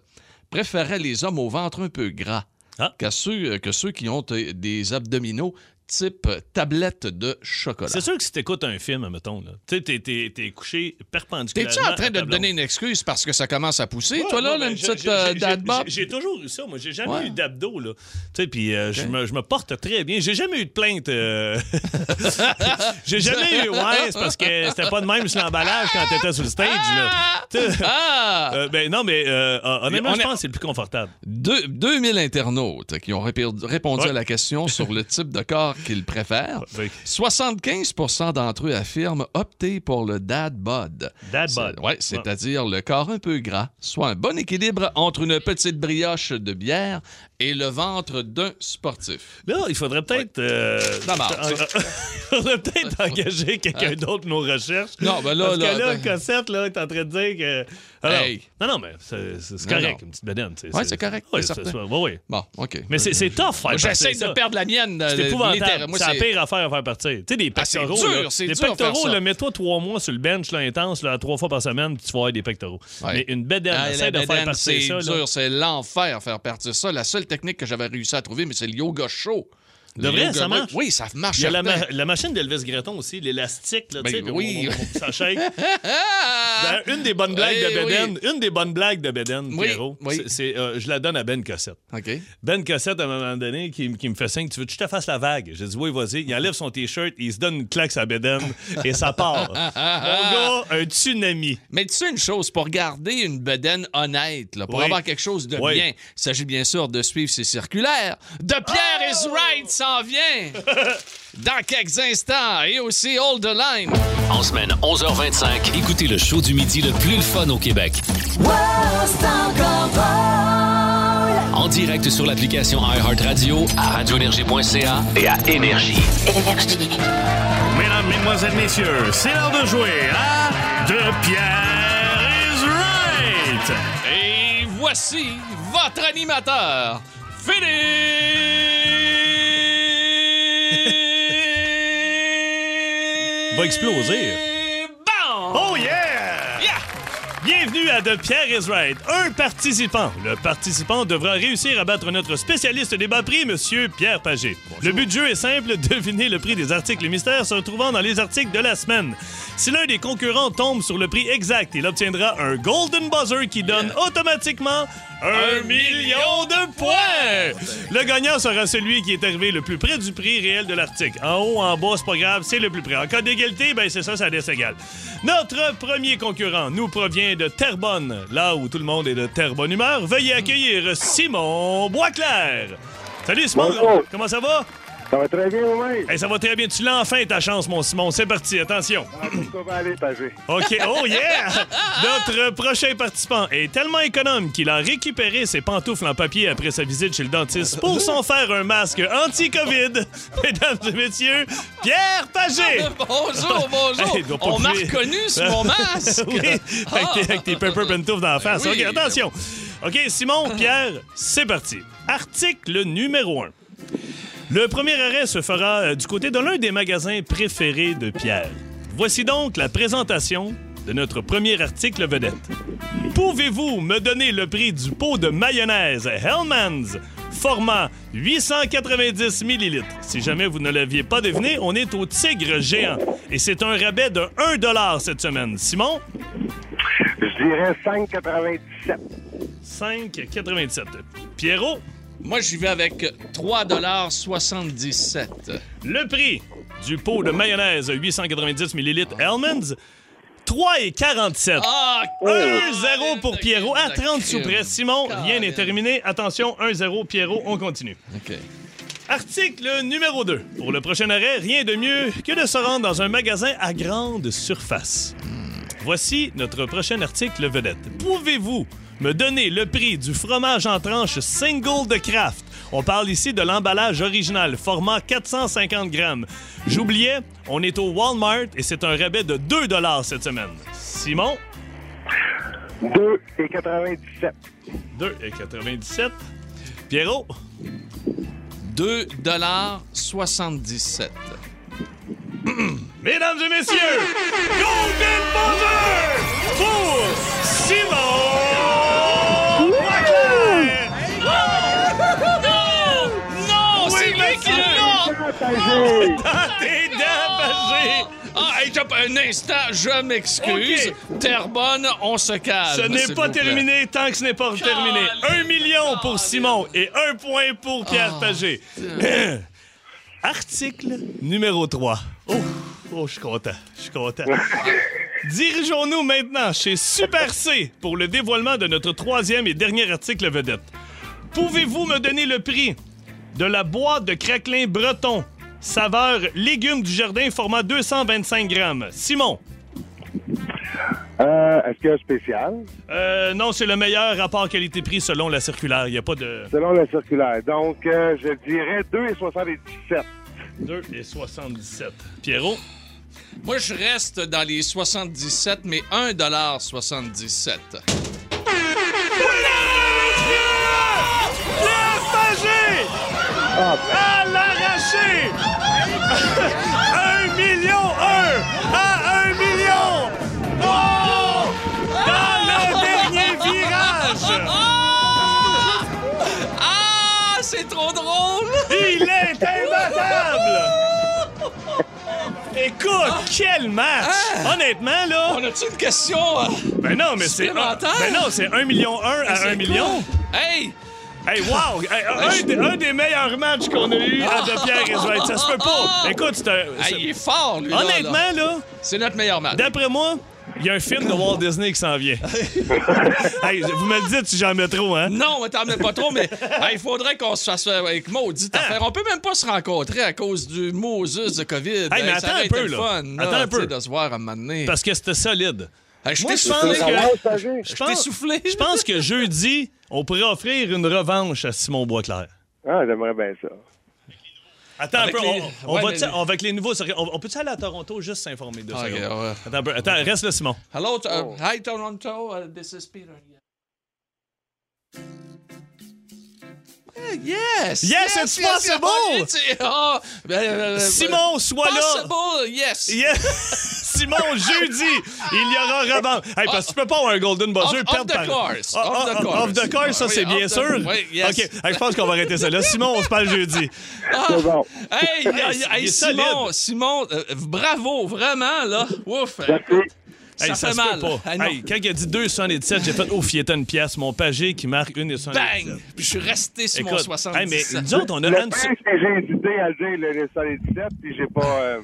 [SPEAKER 2] préféraient les hommes au ventre un peu gras
[SPEAKER 3] Ah.
[SPEAKER 2] qu'à ceux, que ceux qui ont euh, des abdominaux type tablette de chocolat.
[SPEAKER 3] C'est sûr que si t'écoutes un film, mettons, là. Tu sais, t'es- t'es t'es couché perpendiculairement.
[SPEAKER 2] T'es-tu en train
[SPEAKER 3] à
[SPEAKER 2] de
[SPEAKER 3] ta
[SPEAKER 2] me
[SPEAKER 3] blonde?
[SPEAKER 2] donner une excuse parce que ça commence à pousser,
[SPEAKER 3] Ouais,
[SPEAKER 2] toi, là,
[SPEAKER 3] ouais,
[SPEAKER 2] là,
[SPEAKER 3] ben,
[SPEAKER 2] une
[SPEAKER 3] j'ai-
[SPEAKER 2] petite
[SPEAKER 3] j'ai-
[SPEAKER 2] euh,
[SPEAKER 3] j'ai-
[SPEAKER 2] dad bod?
[SPEAKER 3] j'ai- J'ai toujours eu ça, moi. J'ai jamais
[SPEAKER 2] Ouais.
[SPEAKER 3] eu d'abdos, là. Tu sais, puis euh, je me- je me porte très bien. J'ai jamais eu de plainte. euh. J'ai jamais eu. Ouais, c'est parce que c'était pas de même sur l'emballage quand t'étais sur le stage, là. Tu sais,
[SPEAKER 2] Ah!
[SPEAKER 3] euh, ben non, mais euh, honnêtement,
[SPEAKER 2] On
[SPEAKER 3] je
[SPEAKER 2] est-
[SPEAKER 3] pense que c'est le plus confortable.
[SPEAKER 2] Deux- 2000 internautes qui ont répi- répondu
[SPEAKER 3] Ouais.
[SPEAKER 2] à la question sur le type de corps qu'ils préfèrent.
[SPEAKER 3] Ouais, ben.
[SPEAKER 2] 75 d'entre eux affirment opter pour le dad bod.
[SPEAKER 3] Dad
[SPEAKER 2] C'est-
[SPEAKER 3] bod.
[SPEAKER 2] ouais, c'est-à-dire le corps un peu gras, soit un bon équilibre entre une petite brioche de bière et le ventre d'un sportif.
[SPEAKER 3] Là, il faudrait peut-être. euh,
[SPEAKER 2] Ça marche,
[SPEAKER 3] en- il faudrait peut-être engager quelqu'un d'autre pour nos recherches.
[SPEAKER 2] Non, ben là,
[SPEAKER 3] Parce
[SPEAKER 2] là,
[SPEAKER 3] que là,
[SPEAKER 2] ben-
[SPEAKER 3] Cossette, là, est en train de dire que. Alors,
[SPEAKER 2] Hey.
[SPEAKER 3] Non, non, mais c'est c'est- c'est
[SPEAKER 2] Non,
[SPEAKER 3] correct,
[SPEAKER 2] non.
[SPEAKER 3] une petite bédaine. tu sais,
[SPEAKER 2] Ouais, c'est correct,
[SPEAKER 3] Ouais,
[SPEAKER 2] c'est
[SPEAKER 3] c'est-
[SPEAKER 2] certain.
[SPEAKER 3] c'est- ouais, ouais.
[SPEAKER 2] Bon, OK.
[SPEAKER 3] Mais euh, c'est c'est tough, faire
[SPEAKER 2] J'essaie
[SPEAKER 3] partir ça.
[SPEAKER 2] de perdre la mienne. euh,
[SPEAKER 3] C'est épouvantable.
[SPEAKER 2] littéralement. Moi,
[SPEAKER 3] c'est la
[SPEAKER 2] c'est-
[SPEAKER 3] pire affaire à faire partir. Tu sais, des
[SPEAKER 2] Ah, c'est
[SPEAKER 3] pectoraux.
[SPEAKER 2] dur,
[SPEAKER 3] là.
[SPEAKER 2] c'est
[SPEAKER 3] des
[SPEAKER 2] dur à faire
[SPEAKER 3] pectoraux,
[SPEAKER 2] ça.
[SPEAKER 3] là, mets-toi trois mois sur le bench là, intense, là, trois fois par semaine, puis tu vas avoir des pectoraux.
[SPEAKER 2] Ouais.
[SPEAKER 3] Mais une bédaine,
[SPEAKER 2] Ah,
[SPEAKER 3] essaie
[SPEAKER 2] la
[SPEAKER 3] de faire
[SPEAKER 2] bédaine,
[SPEAKER 3] partir
[SPEAKER 2] c'est
[SPEAKER 3] ça. là.
[SPEAKER 2] dur, c'est l'enfer faire partir ça. La seule technique que j'avais réussi à trouver, mais c'est le yoga chaud.
[SPEAKER 3] De
[SPEAKER 2] Le
[SPEAKER 3] vrai,
[SPEAKER 2] yoga
[SPEAKER 3] ça
[SPEAKER 2] break.
[SPEAKER 3] marche?
[SPEAKER 2] Oui, ça marche.
[SPEAKER 3] Il y a la,
[SPEAKER 2] Ah, certain.
[SPEAKER 3] ma- la machine d'Elvis Gratton aussi, l'élastique, là, tu
[SPEAKER 2] Ben
[SPEAKER 3] sais, puis
[SPEAKER 2] oui.
[SPEAKER 3] on- on- on- ça shake.
[SPEAKER 2] Ah!
[SPEAKER 3] Dans Ben, une des bonnes blagues
[SPEAKER 2] Eh
[SPEAKER 3] de
[SPEAKER 2] oui.
[SPEAKER 3] Beden, une des bonnes blagues de Beden,
[SPEAKER 2] Oui,
[SPEAKER 3] Pierrot,
[SPEAKER 2] oui.
[SPEAKER 3] c'est- c'est, euh, je la donne à Ben Cossette.
[SPEAKER 2] OK.
[SPEAKER 3] Ben Cossette, à un moment donné, qui, qui me fait signe, tu veux que je te fasse la vague? J'ai dit, oui, vas-y. Il enlève son T-shirt, il se donne une claque à Beden et ça part. Mon gars, un tsunami.
[SPEAKER 2] Mais tu sais une chose, pour garder une bedaine honnête, là, pour
[SPEAKER 3] Oui.
[SPEAKER 2] avoir quelque chose de
[SPEAKER 3] Oui.
[SPEAKER 2] bien, il s'agit bien sûr de suivre ces circulaires. De Pierre is
[SPEAKER 3] Oh!
[SPEAKER 2] right s'en vient dans quelques instants et aussi Hold the Line.
[SPEAKER 1] En semaine 11h25, écoutez le show du midi le plus le fun au Québec. En direct sur l'application iHeartRadio, à radioénergie.ca et à Énergie.
[SPEAKER 10] Mesdames, Mesdemoiselles, Messieurs, c'est l'heure de jouer à De Pierre is Right!
[SPEAKER 2] Et voici votre animateur, Philippe.
[SPEAKER 3] Va exploser.
[SPEAKER 2] Bon!
[SPEAKER 3] Oh yeah!
[SPEAKER 2] Yeah!
[SPEAKER 3] Bienvenue à De Pierre is Right. Un participant. Le participant devra réussir à battre notre spécialiste débat prix, Monsieur Pierre Pagé. Le but du jeu est simple, deviner le prix des articles mystères se trouvant dans les articles de la semaine. Si l'un des concurrents tombe sur le prix exact, il obtiendra un Golden Buzzer qui donne automatiquement un million de points! Le gagnant sera celui qui est arrivé le plus près du prix réel de l'article. En haut, en bas, c'est pas grave, c'est le plus près. En cas d'égalité, ben c'est ça, ça laisse égal. Notre premier concurrent nous provient de Terrebonne, là où tout le monde est de terre bonne humeur. Veuillez accueillir Simon Boisclair. Salut Simon,
[SPEAKER 7] Bonjour.
[SPEAKER 3] comment ça va?
[SPEAKER 7] Ça va très bien, vous-même.
[SPEAKER 3] Hey, ça va très bien, tu l'as enfin ta chance mon Simon, c'est parti, attention.
[SPEAKER 7] Ça va aller, Pagé.
[SPEAKER 3] OK. Oh, yeah! Notre prochain participant est tellement économe qu'il a récupéré ses pantoufles en papier après sa visite chez le dentiste pour s'en faire un masque anti-COVID. Mesdames et messieurs, Pierre Pagé!
[SPEAKER 2] Bonjour, bonjour.
[SPEAKER 3] Hey, il doit pas
[SPEAKER 2] On m'a
[SPEAKER 3] bouger.
[SPEAKER 2] reconnu sur mon masque.
[SPEAKER 3] oui, avec,
[SPEAKER 2] Ah.
[SPEAKER 3] tes, avec tes pepper pantoufles dans la face.
[SPEAKER 2] Ben oui. Ah.
[SPEAKER 3] OK, attention. OK, Simon, Pierre, c'est parti. Article numéro 1. Le premier arrêt se fera euh, du côté de l'un des magasins préférés de Pierre. Voici donc la présentation de notre premier article vedette. Pouvez-vous me donner le prix du pot de mayonnaise Hellman's format 890 ml? Si jamais vous ne l'aviez pas deviné, on est au Tigre géant et c'est un rabais de 1 dollar cette semaine. Simon,
[SPEAKER 7] Je dirais 5,97.
[SPEAKER 3] 5,97. Pierrot,
[SPEAKER 2] Moi, j'y vais avec 3,77
[SPEAKER 3] le prix du pot de mayonnaise 890 ml Hellmann's. 3 et 47.
[SPEAKER 2] Ah,
[SPEAKER 3] 1-0 pour Pierrot à 30 sous près.
[SPEAKER 2] presse.
[SPEAKER 3] Simon, rien n'est
[SPEAKER 2] Colin.
[SPEAKER 3] terminé. Attention, 1-0 Pierrot, on continue.
[SPEAKER 2] OK.
[SPEAKER 3] Article numéro 2. Pour le prochain arrêt, rien de mieux que de se rendre dans un magasin à grande surface. Voici notre prochain article vedette. Pouvez-vous me donner le prix du fromage en tranche single de Kraft? On parle ici de l'emballage original, format 450 grammes. J'oubliais, on est au Walmart et c'est un rabais de 2 cette semaine. Simon,
[SPEAKER 7] 2 et 97.
[SPEAKER 3] 2,97. Pierrot,
[SPEAKER 2] 2,77
[SPEAKER 3] Mesdames et messieurs, Golden Buzzer pour Simon Boisclair.
[SPEAKER 2] Non,
[SPEAKER 3] Oui,
[SPEAKER 2] Ah, c'est lui qui
[SPEAKER 3] monsieur.
[SPEAKER 2] l'a!
[SPEAKER 3] Ah, T'es dégagé.
[SPEAKER 2] Ah, hey, top, un instant, je m'excuse. Terrebonne, on se calme.
[SPEAKER 3] Ce n'est
[SPEAKER 2] s'il
[SPEAKER 3] pas
[SPEAKER 2] vous plaît.
[SPEAKER 3] terminé tant que ce n'est pas terminé. Un million pour Simon et un point pour
[SPEAKER 2] Ah,
[SPEAKER 3] Pierre Pagé. Article numéro 3. Oh, oh, je suis content. Je suis content. Dirigeons-nous maintenant chez Super C pour le dévoilement de notre troisième et dernier article vedette. Pouvez-vous me donner le prix de la boîte de craquelin breton, saveur légumes du jardin, format 225 grammes? Simon,
[SPEAKER 7] Euh, Est-ce qu'il y a un spécial?
[SPEAKER 3] Euh, non, c'est le meilleur rapport qualité-prix selon la circulaire. Il n'y a pas de
[SPEAKER 7] Selon la circulaire. Donc, euh, je dirais 2 et 77.
[SPEAKER 3] 2 et 77. Pierrot,
[SPEAKER 2] Moi, je reste dans les 77, mais 1,77
[SPEAKER 3] Pierre Pagé! À l'arraché! un million un à un million! Oh! Dans le dernier virage!
[SPEAKER 2] Ah, c'est trop drôle!
[SPEAKER 3] Il est imbattable! Écoute, quel match! Honnêtement, là...
[SPEAKER 2] On a-tu une question? euh?
[SPEAKER 3] Ben non, mais c'est... un-
[SPEAKER 2] Supplémentaire?
[SPEAKER 3] Ben non, c'est 1 million un à 1 million.
[SPEAKER 2] Hey!
[SPEAKER 3] Hey, wow! Hey, un, des, un des meilleurs matchs qu'on a eu à De Pierre et Zoé. Ça se peut pas! Écoute, c'est un.
[SPEAKER 2] Ah! Hey,
[SPEAKER 3] c'est-
[SPEAKER 2] il est fort, lui! là,
[SPEAKER 3] Honnêtement,
[SPEAKER 2] là.
[SPEAKER 3] là,
[SPEAKER 2] C'est notre meilleur match.
[SPEAKER 3] d'après moi, il y a un film de Walt Disney qui s'en vient. hey, vous me le dites si j'en mets trop, hein?
[SPEAKER 2] Non, mais t'en mets pas trop, mais hey, il faudrait qu'on se fasse faire avec
[SPEAKER 3] Hein?
[SPEAKER 2] maudite affaire. On peut même pas se rencontrer à cause du Moses de COVID.
[SPEAKER 3] mais
[SPEAKER 2] ça
[SPEAKER 3] attends
[SPEAKER 2] aurait
[SPEAKER 3] un
[SPEAKER 2] été
[SPEAKER 3] peu,
[SPEAKER 2] le
[SPEAKER 3] là.
[SPEAKER 2] fun,
[SPEAKER 3] Attends un
[SPEAKER 2] tu
[SPEAKER 3] peu.
[SPEAKER 2] sais, de se voir à un moment donné.
[SPEAKER 3] Parce que c'était solide.
[SPEAKER 2] Hey, je
[SPEAKER 3] Moi,
[SPEAKER 2] t'ai
[SPEAKER 3] je pense
[SPEAKER 2] soufflé,
[SPEAKER 3] que-
[SPEAKER 2] gars.
[SPEAKER 7] Sager.
[SPEAKER 3] Je
[SPEAKER 2] Je t'ai soufflé.
[SPEAKER 3] Je pense que jeudi, on pourrait offrir une revanche à Simon Boisclair.
[SPEAKER 7] Ah, j'aimerais bien ça.
[SPEAKER 3] Attends
[SPEAKER 2] Avec
[SPEAKER 3] un peu,
[SPEAKER 2] les-
[SPEAKER 3] on, on
[SPEAKER 2] Ouais,
[SPEAKER 3] va
[SPEAKER 2] mais-
[SPEAKER 3] tu- on- avec les nouveaux... On, on peut-tu aller à Toronto juste s'informer de ça?
[SPEAKER 2] Ah, ok, ouais.
[SPEAKER 3] Attends un peu, attends, reste là, Simon.
[SPEAKER 2] Hello, t- uh, hi Toronto, uh, this is Peter. Yeah, Yes!
[SPEAKER 3] Yes, it's possible!
[SPEAKER 2] yes. Oh, ben, ben, ben,
[SPEAKER 3] Simon, sois là!
[SPEAKER 2] Possible, yes!
[SPEAKER 3] Yeah. Simon, jeudi, il y aura revanche. Hey, parce que tu peux pas avoir un Golden Buzzer
[SPEAKER 2] Off-
[SPEAKER 3] perdre
[SPEAKER 2] off the
[SPEAKER 3] par...
[SPEAKER 2] course,
[SPEAKER 3] Ah, ah,
[SPEAKER 2] off the
[SPEAKER 3] ah,
[SPEAKER 2] course.
[SPEAKER 3] Off the course, ça,
[SPEAKER 2] Oui,
[SPEAKER 3] c'est
[SPEAKER 2] off
[SPEAKER 3] bien
[SPEAKER 2] the-
[SPEAKER 3] sûr.
[SPEAKER 2] oui, yes.
[SPEAKER 3] OK, Hey, je pense qu'on va arrêter ça. Là, Simon, on se parle jeudi.
[SPEAKER 7] C'est bon.
[SPEAKER 2] Hey,
[SPEAKER 3] Hey,
[SPEAKER 2] hey,
[SPEAKER 3] il
[SPEAKER 2] hey,
[SPEAKER 3] est
[SPEAKER 2] Simon,
[SPEAKER 3] solide.
[SPEAKER 2] Simon, euh, bravo, vraiment, là. Ouf.
[SPEAKER 7] Merci.
[SPEAKER 2] Ça
[SPEAKER 3] Hey,
[SPEAKER 2] fait
[SPEAKER 3] se
[SPEAKER 2] mal.
[SPEAKER 3] peut pas.
[SPEAKER 2] Hey, non.
[SPEAKER 3] Hey, quand il a dit 2,77, j'ai fait « Ouf, il était une pièce. » Mon pagé qui marque 1,77.
[SPEAKER 2] Bang! Puis Je suis resté sur mon
[SPEAKER 3] Écoute, hey,
[SPEAKER 2] 70.
[SPEAKER 3] mais nous autres, on a...
[SPEAKER 7] Le
[SPEAKER 3] Anne-
[SPEAKER 7] pire, c'est que j'ai hésité à dire le 77, puis j'ai pas, euh,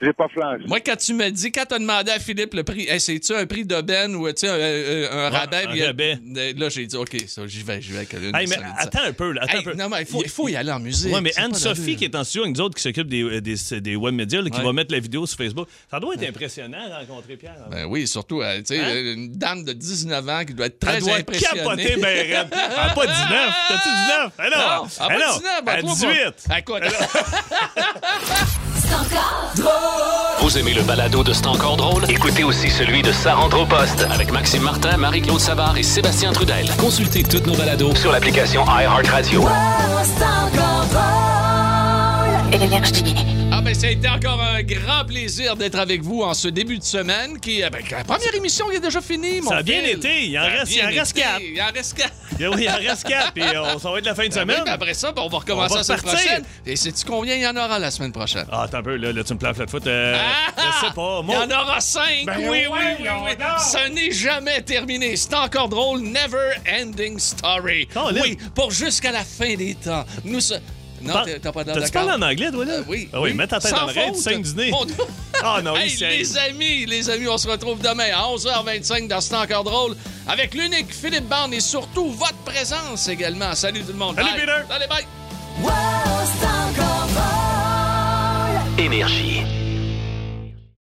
[SPEAKER 7] j'ai pas flanché.
[SPEAKER 2] Moi, quand tu me dis, quand t'as demandé à Philippe le prix, hey, c'est-tu un prix de Ben ou tu sais, un, un- un rabais?
[SPEAKER 3] un
[SPEAKER 2] puis il a-
[SPEAKER 3] rabais.
[SPEAKER 2] Euh, Là, j'ai dit, OK, ça, j'y vais, j'y vais avec le
[SPEAKER 3] Hey, mais
[SPEAKER 2] 77.
[SPEAKER 3] attends un peu, là, attends
[SPEAKER 2] Hey,
[SPEAKER 3] un peu.
[SPEAKER 2] non, mais il faut, il faut y aller en musique.
[SPEAKER 3] Ouais, mais
[SPEAKER 2] C'est pas
[SPEAKER 3] Anne-Sophie
[SPEAKER 2] d'allure.
[SPEAKER 3] qui est en studio avec nous autres, qui s'occupe des, euh, des, des web médias, là, qui
[SPEAKER 2] Ouais.
[SPEAKER 3] va mettre la vidéo sur Facebook. Ça doit être impressionnant de rencontrer Pierre.
[SPEAKER 2] Ben oui, surtout, euh, tu sais,
[SPEAKER 3] Hein?
[SPEAKER 2] euh, une dame de 19 ans qui doit être très
[SPEAKER 3] Elle doit
[SPEAKER 2] impressionnée.
[SPEAKER 3] capoter ben raide. Elle a pas 19. T'as-tu 19? Elle
[SPEAKER 2] Non,
[SPEAKER 3] non. Eh
[SPEAKER 2] ah, pas
[SPEAKER 3] non. Ben
[SPEAKER 2] 19, ben,
[SPEAKER 3] Elle
[SPEAKER 2] toi,
[SPEAKER 3] 18.
[SPEAKER 2] pas- Écoute,
[SPEAKER 1] Vous aimez le balado de C'est encore drôle? Écoutez aussi celui de Sa rentre au poste avec Maxime Martin, Marie-Claude Savard et Sébastien Trudel. Consultez tous nos balados sur l'application iHeartRadio.
[SPEAKER 2] Ah ben ça a été encore un grand plaisir d'être avec vous en ce début de semaine qui euh, ben, la première émission est déjà finie mon
[SPEAKER 3] Ça a bien
[SPEAKER 2] Phil.
[SPEAKER 3] été. Il en
[SPEAKER 2] Ça a
[SPEAKER 3] reste- il
[SPEAKER 2] bien
[SPEAKER 3] en reste
[SPEAKER 2] été.
[SPEAKER 3] quatre.
[SPEAKER 2] Il en reste quatre.
[SPEAKER 3] Oui, il en reste 4 puis euh, on s'en va être la fin de
[SPEAKER 2] Oui,
[SPEAKER 3] semaine.
[SPEAKER 2] mais après ça, ben, on va recommencer
[SPEAKER 3] On va
[SPEAKER 2] la semaine
[SPEAKER 3] repartir.
[SPEAKER 2] prochaine. Et sais-tu combien il y en aura la semaine prochaine?
[SPEAKER 3] Ah, attends un peu, là, là tu me plains flat foot. Euh, je sais pas.
[SPEAKER 2] Ah, Il y
[SPEAKER 3] Moi,
[SPEAKER 2] en aura cinq!
[SPEAKER 3] Ben
[SPEAKER 2] oui, oui,
[SPEAKER 3] ouais,
[SPEAKER 2] oui, oui,
[SPEAKER 3] non,
[SPEAKER 2] oui.
[SPEAKER 3] non.
[SPEAKER 2] Ce n'est jamais terminé. C'est encore drôle. Never ending story.
[SPEAKER 3] Colin.
[SPEAKER 2] Oui, pour jusqu'à la fin des temps. Nous se... Non,
[SPEAKER 3] Par-
[SPEAKER 2] t'as t'as pas d'air
[SPEAKER 3] T'as-tu
[SPEAKER 2] d'accord.
[SPEAKER 3] parlé en anglais, toi, là?
[SPEAKER 2] Euh, oui.
[SPEAKER 3] Ah oui, mets ta tête
[SPEAKER 2] Sans
[SPEAKER 3] dans l'oreille, tu
[SPEAKER 2] faute.
[SPEAKER 3] saignes du nez.
[SPEAKER 2] Mon Dieu.
[SPEAKER 3] Ah non,
[SPEAKER 2] Hey,
[SPEAKER 3] il saigne.
[SPEAKER 2] les amis, les amis, on se retrouve demain à 11h25 dans C'est encore drôle avec l'unique Philippe Barne et surtout votre présence également. Salut tout le monde.
[SPEAKER 3] Salut,
[SPEAKER 2] Bye.
[SPEAKER 3] Peter.
[SPEAKER 2] Salut, bye.
[SPEAKER 1] Énergie.